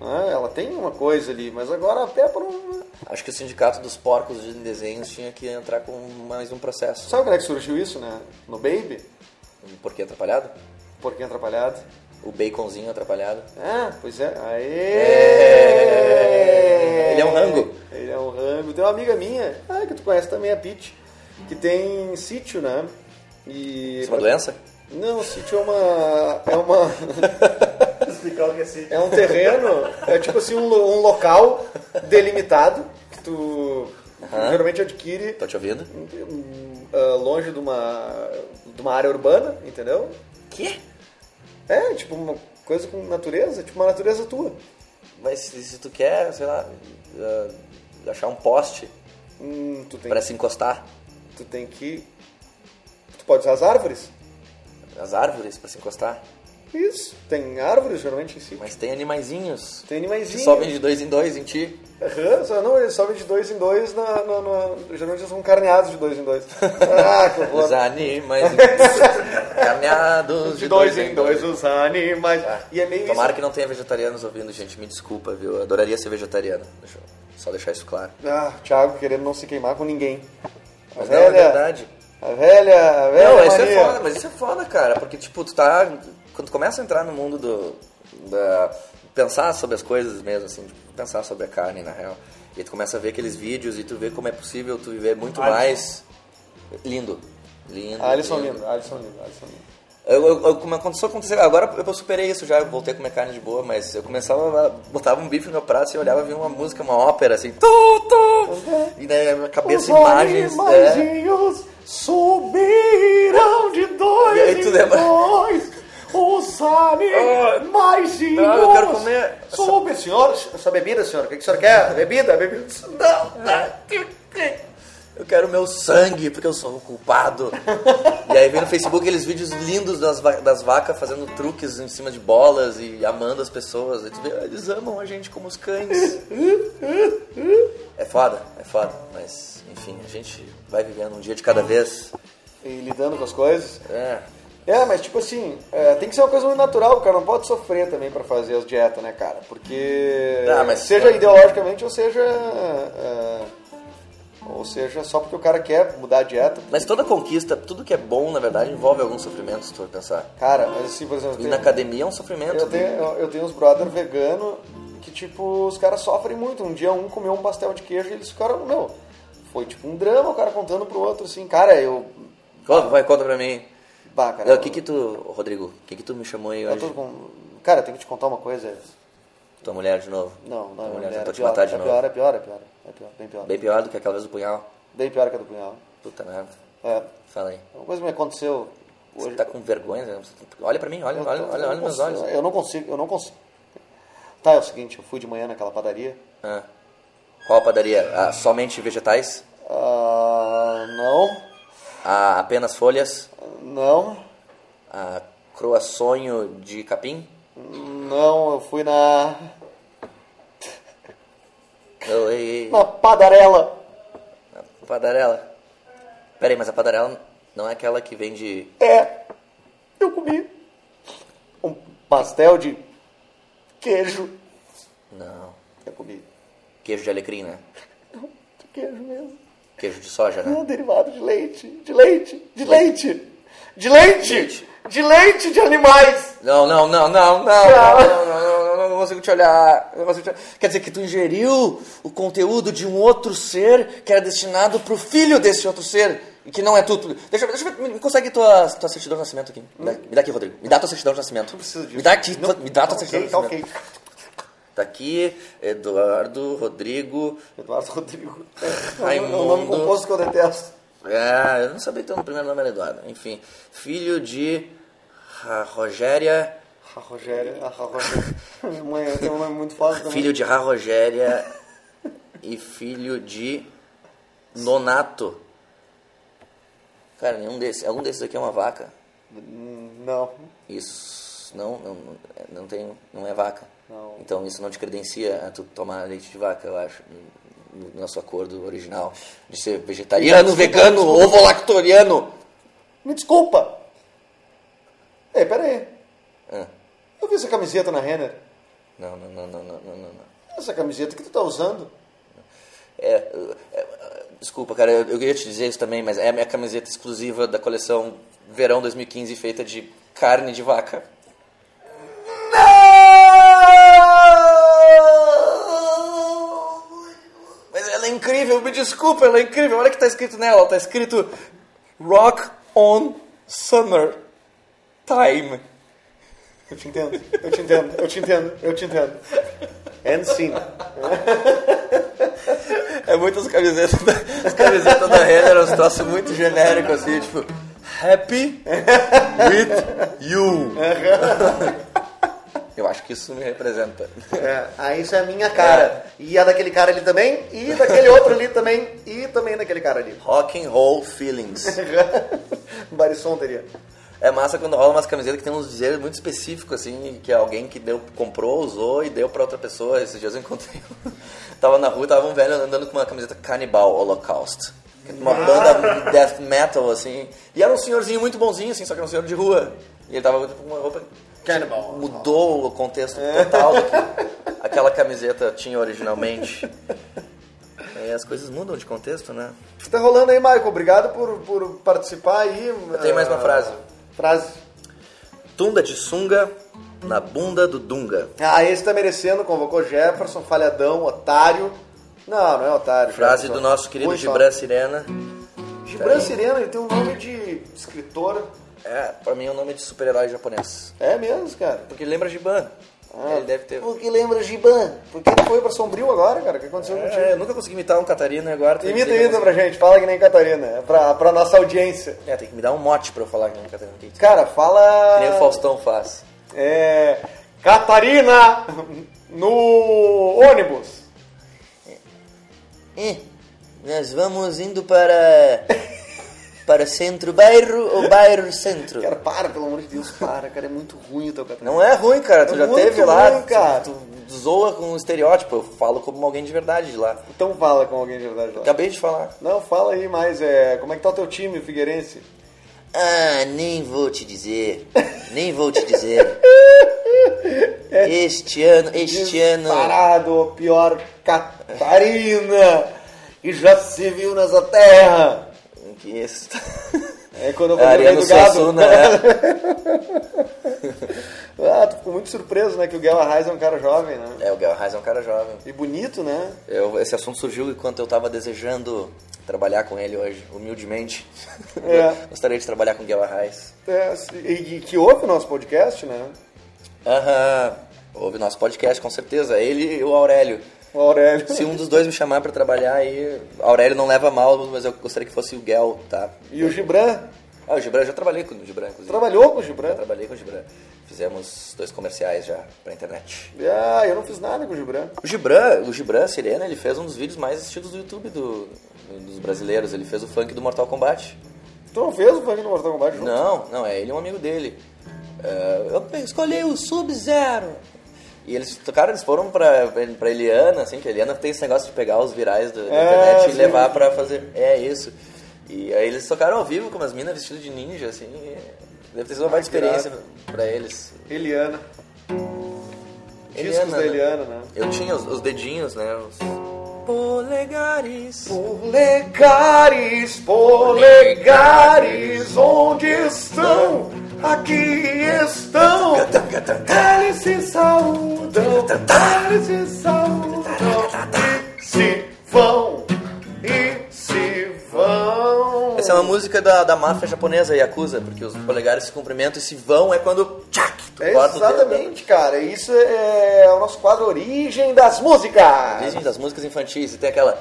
[SPEAKER 2] né? Ela tem uma coisa ali, mas agora a Peppa não.
[SPEAKER 3] Acho que o sindicato dos porcos de desenhos tinha que entrar com mais um processo.
[SPEAKER 2] Sabe quando é que surgiu isso, né? No Baby?
[SPEAKER 3] Um porquinho atrapalhado?
[SPEAKER 2] Porquinho atrapalhado.
[SPEAKER 3] O baconzinho atrapalhado.
[SPEAKER 2] Ah, pois é. Aê!
[SPEAKER 3] É. Ele é um rango.
[SPEAKER 2] Ele é um rango. Tem uma amiga minha, ah, que tu conhece também, a Pete, que tem sítio, né? E.
[SPEAKER 3] Isso é uma doença?
[SPEAKER 2] Não, sítio é uma. É uma.
[SPEAKER 1] Explicar o que é assim.
[SPEAKER 2] É um terreno, é tipo assim, um, lo- um local delimitado que tu geralmente adquire
[SPEAKER 3] Tô te ouvindo?
[SPEAKER 2] hum, ah, longe de uma, de uma área urbana, entendeu?
[SPEAKER 3] Quê?
[SPEAKER 2] É, tipo uma coisa com natureza, tipo uma natureza tua.
[SPEAKER 3] Mas se, se tu quer, sei lá, ah, achar um poste
[SPEAKER 2] Hum, tu, tem,
[SPEAKER 3] pra se encostar,
[SPEAKER 2] tu tem que. Tu pode usar as árvores?
[SPEAKER 3] as árvores pra se encostar,
[SPEAKER 2] Isso, tem árvores geralmente em si.
[SPEAKER 3] mas tem animaizinhos
[SPEAKER 2] Tem
[SPEAKER 3] que
[SPEAKER 2] animaizinhos.
[SPEAKER 3] sobem de dois em dois em ti.
[SPEAKER 2] Aham, só não, eles sobem de dois em dois, na, na, na- geralmente eles são carneados de dois em dois. Ah, que horror.
[SPEAKER 3] Os animais caminhados
[SPEAKER 2] De dois em dois os animais. E é meio
[SPEAKER 3] Tomara
[SPEAKER 2] isso.
[SPEAKER 3] que não tenha vegetarianos ouvindo, gente. Me desculpa, viu? Eu adoraria ser vegetariano. Deixa eu só deixar isso claro.
[SPEAKER 2] Ah, o Thiago querendo não se queimar com ninguém. A
[SPEAKER 3] Mas não, é
[SPEAKER 2] velha,
[SPEAKER 3] verdade.
[SPEAKER 2] a velha, a velha
[SPEAKER 3] Não, isso
[SPEAKER 2] mania.
[SPEAKER 3] é foda, mas isso é foda, cara. Porque, tipo, tu tá. Quando tu começa a entrar no mundo do. Da, pensar sobre as coisas mesmo, assim, tipo, pensar sobre a carne, na real. E tu começa a ver aqueles vídeos e tu vê como é possível tu viver muito
[SPEAKER 1] Alisson.
[SPEAKER 3] mais. Lindo. Lindo.
[SPEAKER 2] Alisson lindo, Alisson lindo, Alisson lindo.
[SPEAKER 3] Eu, eu, eu, como aconteceu, aconteceu, agora eu superei isso já, eu voltei a comer carne de boa, mas eu começava, a- botava um bife no meu prato e olhava, via uma música, uma ópera, assim, tu, tu, e na minha cabeça imagens,
[SPEAKER 2] Os
[SPEAKER 3] né?
[SPEAKER 2] animaizinhos subiram de
[SPEAKER 3] E aí é
[SPEAKER 2] dois
[SPEAKER 3] tu
[SPEAKER 2] em
[SPEAKER 3] lembra-
[SPEAKER 2] dois. Os animaizinhos
[SPEAKER 3] não, eu quero comer.
[SPEAKER 2] Sobe, senhor. Essa bebida, senhor. O que que o senhor quer? Bebida? Bebida. Não.
[SPEAKER 3] Eu quero meu sangue, porque eu sou o culpado. e aí vem no Facebook aqueles vídeos lindos das, va- das vacas fazendo truques em cima de bolas e amando as pessoas. Aí tu vê, eles amam a gente como os cães. é foda, é foda, mas enfim, a gente vai vivendo um dia de cada vez.
[SPEAKER 2] E lidando com as coisas.
[SPEAKER 3] É.
[SPEAKER 2] É, mas tipo assim, é, tem que ser uma coisa muito natural, cara. Não pode sofrer também pra fazer as dietas, né, cara? Porque.
[SPEAKER 3] Ah, mas-
[SPEAKER 2] seja ideologicamente ou seja. é, ou seja, só porque o cara quer mudar a dieta.
[SPEAKER 3] Mas toda conquista, tudo que é bom, na verdade, envolve algum sofrimento, se tu for pensar.
[SPEAKER 2] Cara, mas assim, por exemplo,
[SPEAKER 3] E
[SPEAKER 2] tem-
[SPEAKER 3] na academia é um sofrimento.
[SPEAKER 2] eu, tenho, eu, eu tenho uns brother vegano que, tipo, os caras sofrem muito. Um dia um comeu um pastel de queijo e eles ficaram, meu, foi tipo um drama o cara contando pro outro, assim, cara, eu.
[SPEAKER 3] Conta, vai, conta pra mim.
[SPEAKER 2] Bah,
[SPEAKER 3] O
[SPEAKER 2] cara.
[SPEAKER 3] que que tu, Rodrigo, o que que tu me chamou aí
[SPEAKER 2] eu
[SPEAKER 3] hoje?
[SPEAKER 2] tô com- Cara, eu tenho que te contar uma coisa.
[SPEAKER 3] Tua mulher de novo.
[SPEAKER 2] Não, não,
[SPEAKER 3] Tua
[SPEAKER 2] é
[SPEAKER 3] Então, mulher,
[SPEAKER 2] mulher,
[SPEAKER 3] tentou
[SPEAKER 2] é
[SPEAKER 3] te matar
[SPEAKER 2] pior,
[SPEAKER 3] de
[SPEAKER 2] é
[SPEAKER 3] novo.
[SPEAKER 2] pior, é pior, é pior, é pior, bem pior.
[SPEAKER 3] Bem pior do que aquela vez do punhal.
[SPEAKER 2] Bem pior que a do punhal.
[SPEAKER 3] Puta merda.
[SPEAKER 2] É,
[SPEAKER 3] Fala aí.
[SPEAKER 2] uma coisa que me aconteceu
[SPEAKER 3] Você
[SPEAKER 2] hoje.
[SPEAKER 3] tá com vergonha? né? Olha pra mim, olha,
[SPEAKER 2] Eu
[SPEAKER 3] olha,
[SPEAKER 2] tô-
[SPEAKER 3] olha,
[SPEAKER 2] eu
[SPEAKER 3] olha
[SPEAKER 2] não
[SPEAKER 3] meus
[SPEAKER 2] consigo-
[SPEAKER 3] olhos.
[SPEAKER 2] Eu não consigo, eu não consigo. Tá, é o seguinte, eu fui de manhã naquela padaria.
[SPEAKER 3] Ah. Qual padaria? Ah, somente vegetais?
[SPEAKER 2] Ah, não,
[SPEAKER 3] Ah, apenas folhas?
[SPEAKER 2] não,
[SPEAKER 3] Ah, croassonho de capim?
[SPEAKER 2] não, eu fui na.
[SPEAKER 3] Oi,
[SPEAKER 2] na padarela.
[SPEAKER 3] padarela. Pera aí, mas a padarela não é aquela que vende...
[SPEAKER 2] É, eu comi um pastel de queijo.
[SPEAKER 3] Não,
[SPEAKER 2] Eu comi
[SPEAKER 3] queijo de alecrim, né?
[SPEAKER 2] de queijo mesmo.
[SPEAKER 3] Queijo de soja, né?
[SPEAKER 2] Não, um derivado de leite, de leite, de leite, de leite, de leite de animais.
[SPEAKER 3] Não, não, não, não, não, não, não, não, não, não, não consigo te olhar. Não consigo te olhar. Quer dizer que tu ingeriu o conteúdo de um outro ser que era destinado pro filho desse outro ser, e que não é tu. tu- Deixa, eu- deixa eu ver, me- me consegue tua, tua certidão de nascimento aqui. Me dá, me dá aqui, Rodrigo. Me dá tua certidão de nascimento. Não
[SPEAKER 2] precisa Hum? disso.
[SPEAKER 3] Me dá aqui, tua- me dá tua certidão
[SPEAKER 2] Ok,
[SPEAKER 3] de
[SPEAKER 2] tá
[SPEAKER 3] nascimento.
[SPEAKER 2] ok.
[SPEAKER 3] Tá aqui, Eduardo, Rodrigo...
[SPEAKER 2] Eduardo Rodrigo. É
[SPEAKER 3] Raimundo.
[SPEAKER 2] um nome composto que eu detesto.
[SPEAKER 3] Ah, eu não sabia que teu primeiro nome era Eduardo. Enfim, filho de Ra- Rogéria...
[SPEAKER 2] A Rogéria, a Rogéria. ah, Mãe, eu tenho um nome muito fácil também.
[SPEAKER 3] Filho de Ra Rogéria e filho de Nonato. Cara, nenhum desses. Algum desses aqui é uma vaca.
[SPEAKER 2] Não.
[SPEAKER 3] Isso não, não, não tem. não é vaca.
[SPEAKER 2] Não.
[SPEAKER 3] Então isso não te credencia a tu tomar leite de vaca, eu acho. No no nosso acordo original. De ser vegetariano, vegano, ovo lactoriano.
[SPEAKER 2] Me desculpa. Ei, pera aí.
[SPEAKER 3] Ah,
[SPEAKER 2] Eu vi essa camiseta na Renner.
[SPEAKER 3] não, não, não, não, não, não, não, não.
[SPEAKER 2] Essa camiseta que tu tá usando.
[SPEAKER 3] É, é, é, desculpa, cara, eu, eu queria te dizer isso também, mas é a minha camiseta exclusiva da coleção Verão 2015 feita de carne de vaca. Mas ela é incrível, me desculpa, ela é incrível. Olha o que tá escrito nela, tá escrito Rock on Summer Time.
[SPEAKER 2] Eu te entendo, eu te entendo, eu te entendo, eu te entendo. And sim.
[SPEAKER 3] É muitas camisetas da, as camisetas da Renner, eram uns troços muito genéricos, assim, tipo, Happy with you. Eu acho que isso me representa.
[SPEAKER 2] É, aí isso é a minha cara. E a daquele cara ali também, e daquele outro ali também, e também daquele cara ali.
[SPEAKER 3] Rock and roll feelings.
[SPEAKER 2] Barisson teria.
[SPEAKER 3] É massa quando rola umas camisetas que tem uns dizeres muito específicos, assim, que é alguém que deu, comprou, usou e deu pra outra pessoa. Esses dias eu encontrei. um- tava na rua, tava um velho andando com uma camiseta Cannibal Holocaust. Uma banda de death metal, assim. E era um senhorzinho muito bonzinho, assim, só que era um senhor de rua. E ele tava com uma roupa
[SPEAKER 2] Cannibal.
[SPEAKER 3] mudou o contexto total do que aquela camiseta tinha originalmente. Aí as coisas mudam de contexto, né?
[SPEAKER 2] Tá rolando aí, Maicon. Obrigado por, por participar aí. Eu
[SPEAKER 3] tenho mais uma frase.
[SPEAKER 2] Frase.
[SPEAKER 3] Tunda de sunga na bunda do Dunga.
[SPEAKER 2] Ah, esse tá merecendo, convocou Jefferson, falhadão, otário. Não, não é otário.
[SPEAKER 3] Frase
[SPEAKER 2] Jefferson.
[SPEAKER 3] do nosso querido
[SPEAKER 2] Ruim só.
[SPEAKER 3] Gibran Sirena.
[SPEAKER 2] Gibran Sirena, ele tem um nome de escritor.
[SPEAKER 3] É, pra mim é um nome de super-herói japonês.
[SPEAKER 2] É mesmo, cara.
[SPEAKER 3] Porque lembra Giban. Ele deve ter.
[SPEAKER 2] Por que lembra Giban? Por que ele foi pra Sombrio agora, cara? O que aconteceu contigo?
[SPEAKER 3] É, eu nunca consegui imitar um Catarina e agora. tem que
[SPEAKER 2] Tipo- Imita,
[SPEAKER 3] ter-
[SPEAKER 2] imita pra gente. Fala que nem Catarina. é Pra, pra nossa audiência.
[SPEAKER 3] É, tem que me dar um mote pra eu falar que nem Catarina. Que
[SPEAKER 2] Cara, fala...
[SPEAKER 3] nem o Faustão faz.
[SPEAKER 2] É... Catarina no ônibus.
[SPEAKER 4] É, nós vamos indo para. para centro-bairro ou bairro-centro?
[SPEAKER 2] Cara, para, pelo amor de Deus, para. Cara, é muito ruim o teu Catarina.
[SPEAKER 3] Não é ruim, cara. Tu
[SPEAKER 2] É
[SPEAKER 3] já
[SPEAKER 2] muito
[SPEAKER 3] teve lá.
[SPEAKER 2] ruim,
[SPEAKER 3] tu-
[SPEAKER 2] cara.
[SPEAKER 3] Tu, zoa com um estereótipo. Eu falo como alguém de verdade de lá.
[SPEAKER 2] Então fala com alguém de verdade lá.
[SPEAKER 3] Acabei de falar.
[SPEAKER 2] Não, fala aí mais, é, como é que tá o teu time, o Figueirense?
[SPEAKER 4] Ah, nem vou te dizer. Nem vou te dizer.
[SPEAKER 2] É
[SPEAKER 4] Este ano, este ano.
[SPEAKER 2] Parado, o pior, Catarina, que já se viu nessa terra.
[SPEAKER 3] Em Que isso.
[SPEAKER 2] É quando eu
[SPEAKER 3] É,
[SPEAKER 2] falei
[SPEAKER 3] Ariano
[SPEAKER 2] do gado.
[SPEAKER 3] Suassuna, é.
[SPEAKER 2] Ah, tu ficou muito surpreso, né, que o Guel Arraes é um cara jovem, né?
[SPEAKER 3] é, o Gael Reis é um cara jovem.
[SPEAKER 2] E bonito, né?
[SPEAKER 3] Eu- esse assunto surgiu enquanto eu tava desejando trabalhar com ele hoje, humildemente.
[SPEAKER 2] É.
[SPEAKER 3] Eu Gostaria de trabalhar com o Gael Reis.
[SPEAKER 2] É, e, e que ouve o nosso podcast, né?
[SPEAKER 3] Aham. Ouve nosso podcast, com certeza. Ele e o Aurélio.
[SPEAKER 2] O Aurélio.
[SPEAKER 3] Se um dos dois me chamar pra trabalhar aí, Aurélio não leva mal, mas eu gostaria que fosse o Gel, tá?
[SPEAKER 2] E o Gibran,
[SPEAKER 3] Ah, o Gibran, eu já trabalhei com o Gibran, inclusive.
[SPEAKER 2] trabalhou com o Gibran.
[SPEAKER 3] Eu trabalhei com o Gibran. Fizemos dois comerciais já pra internet.
[SPEAKER 2] Ah, eu não fiz nada com o Gibran.
[SPEAKER 3] O Gibran, o Gibran Sirena, ele fez um dos vídeos mais assistidos do YouTube do- dos brasileiros. Ele fez o funk do Mortal Kombat.
[SPEAKER 2] Tu não fez o funk no Mortal Kombat? junto?
[SPEAKER 3] Não, não, é ele e um amigo dele. É, eu pe- escolhi o Sub-Zero. E eles tocaram, eles foram pra, pra Eliana, assim, que a Eliana tem esse negócio de pegar os virais do- da
[SPEAKER 2] É,
[SPEAKER 3] internet e
[SPEAKER 2] sim.
[SPEAKER 3] levar pra fazer. É isso. E aí eles tocaram ao vivo com umas minas vestidas de ninja, assim. e deve ter sido uma baita
[SPEAKER 2] que irado.
[SPEAKER 3] experiência pra eles.
[SPEAKER 2] Eliana. Discos da
[SPEAKER 3] né?
[SPEAKER 2] Eliana, né?
[SPEAKER 3] Eu tinha os, os dedinhos, né? Os polegares.
[SPEAKER 2] Polegares, polegares, onde estão? Aqui estão. Eles se saudam, eles se saudam e se vão, e se vão.
[SPEAKER 3] Essa é uma música da, da máfia japonesa, Yakuza, porque os polegares se cumprimentam e se vão é quando tchac, tu
[SPEAKER 2] É
[SPEAKER 3] corta o dedo.
[SPEAKER 2] Exatamente, cara. Isso é o nosso quadro Origem das Músicas.
[SPEAKER 3] Origem das músicas infantis, e tem aquela.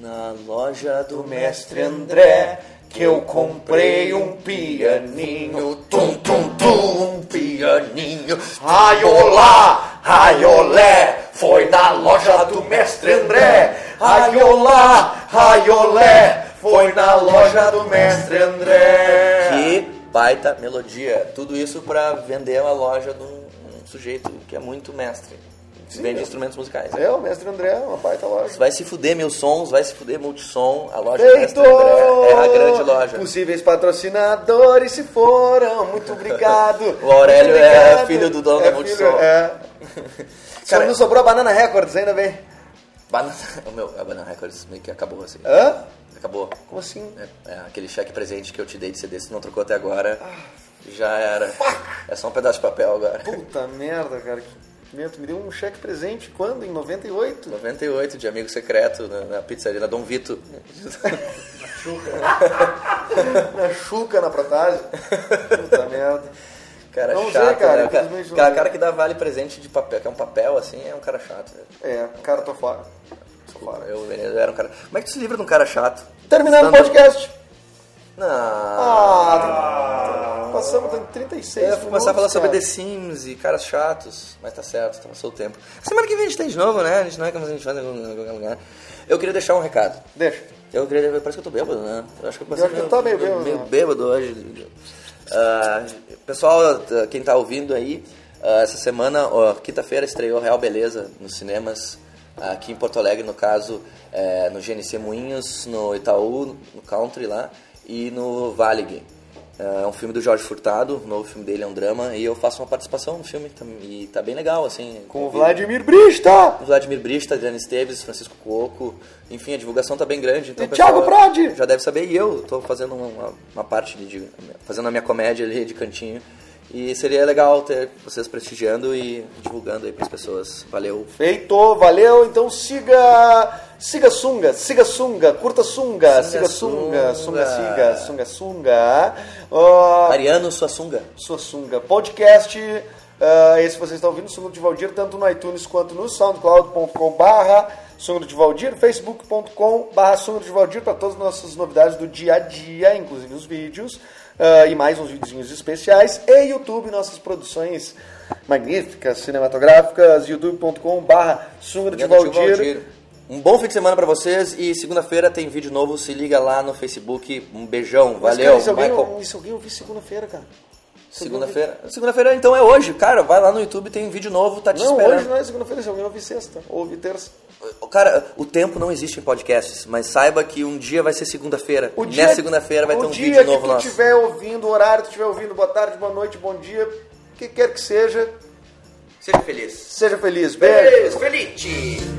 [SPEAKER 3] Na loja do mestre
[SPEAKER 2] Mestre
[SPEAKER 3] André,
[SPEAKER 2] André, que eu comprei um pianinho, tum tum tum, um pianinho. Aiolá, aiolé, foi na loja do mestre André. Aiolá, aiolé, foi na loja do mestre André.
[SPEAKER 3] que baita melodia. Tudo isso pra vender uma loja de um, um sujeito que é muito mestre. Vende instrumentos musicais.
[SPEAKER 2] É, o mestre André é uma baita loja.
[SPEAKER 3] Vai se fuder meus sons, vai se fuder multissom, a loja do
[SPEAKER 2] Feito!
[SPEAKER 3] mestre André é a grande loja.
[SPEAKER 2] Possíveis patrocinadores se foram, muito obrigado.
[SPEAKER 3] O Aurélio
[SPEAKER 2] Muito
[SPEAKER 3] é filho do dono
[SPEAKER 2] é
[SPEAKER 3] da Multisol.
[SPEAKER 2] filho- É. Só
[SPEAKER 3] Cara-
[SPEAKER 2] não sobrou a Banana Records, ainda bem.
[SPEAKER 3] Banana, o meu, a Banana Records meio que acabou assim.
[SPEAKER 2] Hã?
[SPEAKER 3] Acabou.
[SPEAKER 2] Como assim?
[SPEAKER 3] É, é aquele cheque presente que eu te dei de CD, se não trocou até agora, já era. É só um pedaço de papel agora.
[SPEAKER 2] Puta merda, cara. Que merda, tu me deu um cheque presente quando? Em 98?
[SPEAKER 3] 98 de amigo secreto na, na pizzaria da Dom Vito.
[SPEAKER 2] Na chuca, na protase. Puta merda.
[SPEAKER 3] Cara
[SPEAKER 2] Não sei,
[SPEAKER 3] chato,
[SPEAKER 2] cara,
[SPEAKER 3] né? O cara,
[SPEAKER 2] infelizmente não
[SPEAKER 3] cara,
[SPEAKER 2] sei.
[SPEAKER 3] cara que dá vale presente de papel, que é um papel assim, é um cara chato. né?
[SPEAKER 2] É, cara, tô fora. Tô
[SPEAKER 3] Desculpa,
[SPEAKER 2] fora.
[SPEAKER 3] eu, eu era um cara. Como é que tu se livra de um cara chato?
[SPEAKER 2] Terminando o
[SPEAKER 3] Stand-up.
[SPEAKER 2] podcast.
[SPEAKER 3] Não.
[SPEAKER 2] Ah, passamos em 36
[SPEAKER 3] eu vou começar a falar
[SPEAKER 2] minutos,
[SPEAKER 3] sobre
[SPEAKER 2] cara.
[SPEAKER 3] The Sims e caras chatos, mas tá certo, tá passou o tempo. Semana que vem a gente tem de novo, né? A gente não é como a gente faz em algum- em qualquer lugar. Eu queria deixar um recado.
[SPEAKER 2] Deixa.
[SPEAKER 3] Eu queria. Parece que eu tô bêbado, né? Eu acho que eu,
[SPEAKER 2] Eu acho que tá meio bêbado,
[SPEAKER 3] Meio
[SPEAKER 2] né?
[SPEAKER 3] bêbado hoje. Ah, pessoal, t- quem tá ouvindo aí, ah, essa semana, ó, quinta-feira, estreou Real Beleza nos cinemas. Aqui em Porto Alegre, no caso, é, no GNC Moinhos, no Itaú, no Country lá e no Valig. É um filme do Jorge Furtado, o novo filme dele é um drama, e eu faço uma participação no filme, tam- e tá bem legal, assim.
[SPEAKER 2] Com o
[SPEAKER 3] convido-
[SPEAKER 2] Vladimir Brista.
[SPEAKER 3] o Vladimir Brista, Adriano Esteves, Francisco Cuoco, enfim, a divulgação tá bem grande. Então
[SPEAKER 2] E
[SPEAKER 3] o pessoal
[SPEAKER 2] Thiago Prade!
[SPEAKER 3] Já deve saber, e eu tô fazendo uma- uma, uma parte ali de. fazendo a minha comédia ali de cantinho. E seria legal ter vocês prestigiando e divulgando aí pras pessoas. Valeu!
[SPEAKER 2] Feito, valeu. Então siga. Siga sunga, siga sunga, curta sunga, siga
[SPEAKER 3] Siga
[SPEAKER 2] sunga, sunga
[SPEAKER 3] sunga. Tá
[SPEAKER 2] siga, sunga sunga. Ó,
[SPEAKER 3] Mariano Suassunga.
[SPEAKER 2] sua sunga. Podcast, ah, esse vocês estão ouvindo, Sunga de Valdir, tanto no iTunes quanto no soundcloud.com barra Sunga de Valdir, facebook.com barra Sunga de Valdir, para todas as nossas novidades do dia a dia, inclusive os vídeos, ah, e mais uns videozinhos especiais, e YouTube, nossas produções magníficas, cinematográficas, youtube.com barra Sunga de
[SPEAKER 3] Mariano Tio
[SPEAKER 2] Valdir.
[SPEAKER 3] Um bom fim de semana pra vocês e segunda-feira tem vídeo novo, se liga lá no Facebook. Um beijão,
[SPEAKER 2] Mas,
[SPEAKER 3] valeu,
[SPEAKER 2] cara, se alguém,
[SPEAKER 3] Michael.
[SPEAKER 2] e se alguém ouvir segunda-feira, cara?
[SPEAKER 3] Segunda-feira. Segunda-feira então é hoje, cara. Vai lá no YouTube, tem vídeo novo, tá te
[SPEAKER 2] Não,
[SPEAKER 3] esperando.
[SPEAKER 2] hoje não é segunda-feira, se alguém ouvir sexta, ouve terça.
[SPEAKER 3] Cara, o tempo não existe em podcasts, mas saiba que um dia vai ser segunda-feira.
[SPEAKER 2] O
[SPEAKER 3] E
[SPEAKER 2] dia-
[SPEAKER 3] Nessa segunda-feira vai
[SPEAKER 2] o
[SPEAKER 3] ter um
[SPEAKER 2] dia
[SPEAKER 3] vídeo novo
[SPEAKER 2] que tu
[SPEAKER 3] nosso.
[SPEAKER 2] estiver ouvindo, o horário que tu estiver ouvindo, boa tarde, boa noite, bom dia, o que quer que seja,
[SPEAKER 3] Seja feliz.
[SPEAKER 2] seja feliz. Beijo.
[SPEAKER 3] Feliz!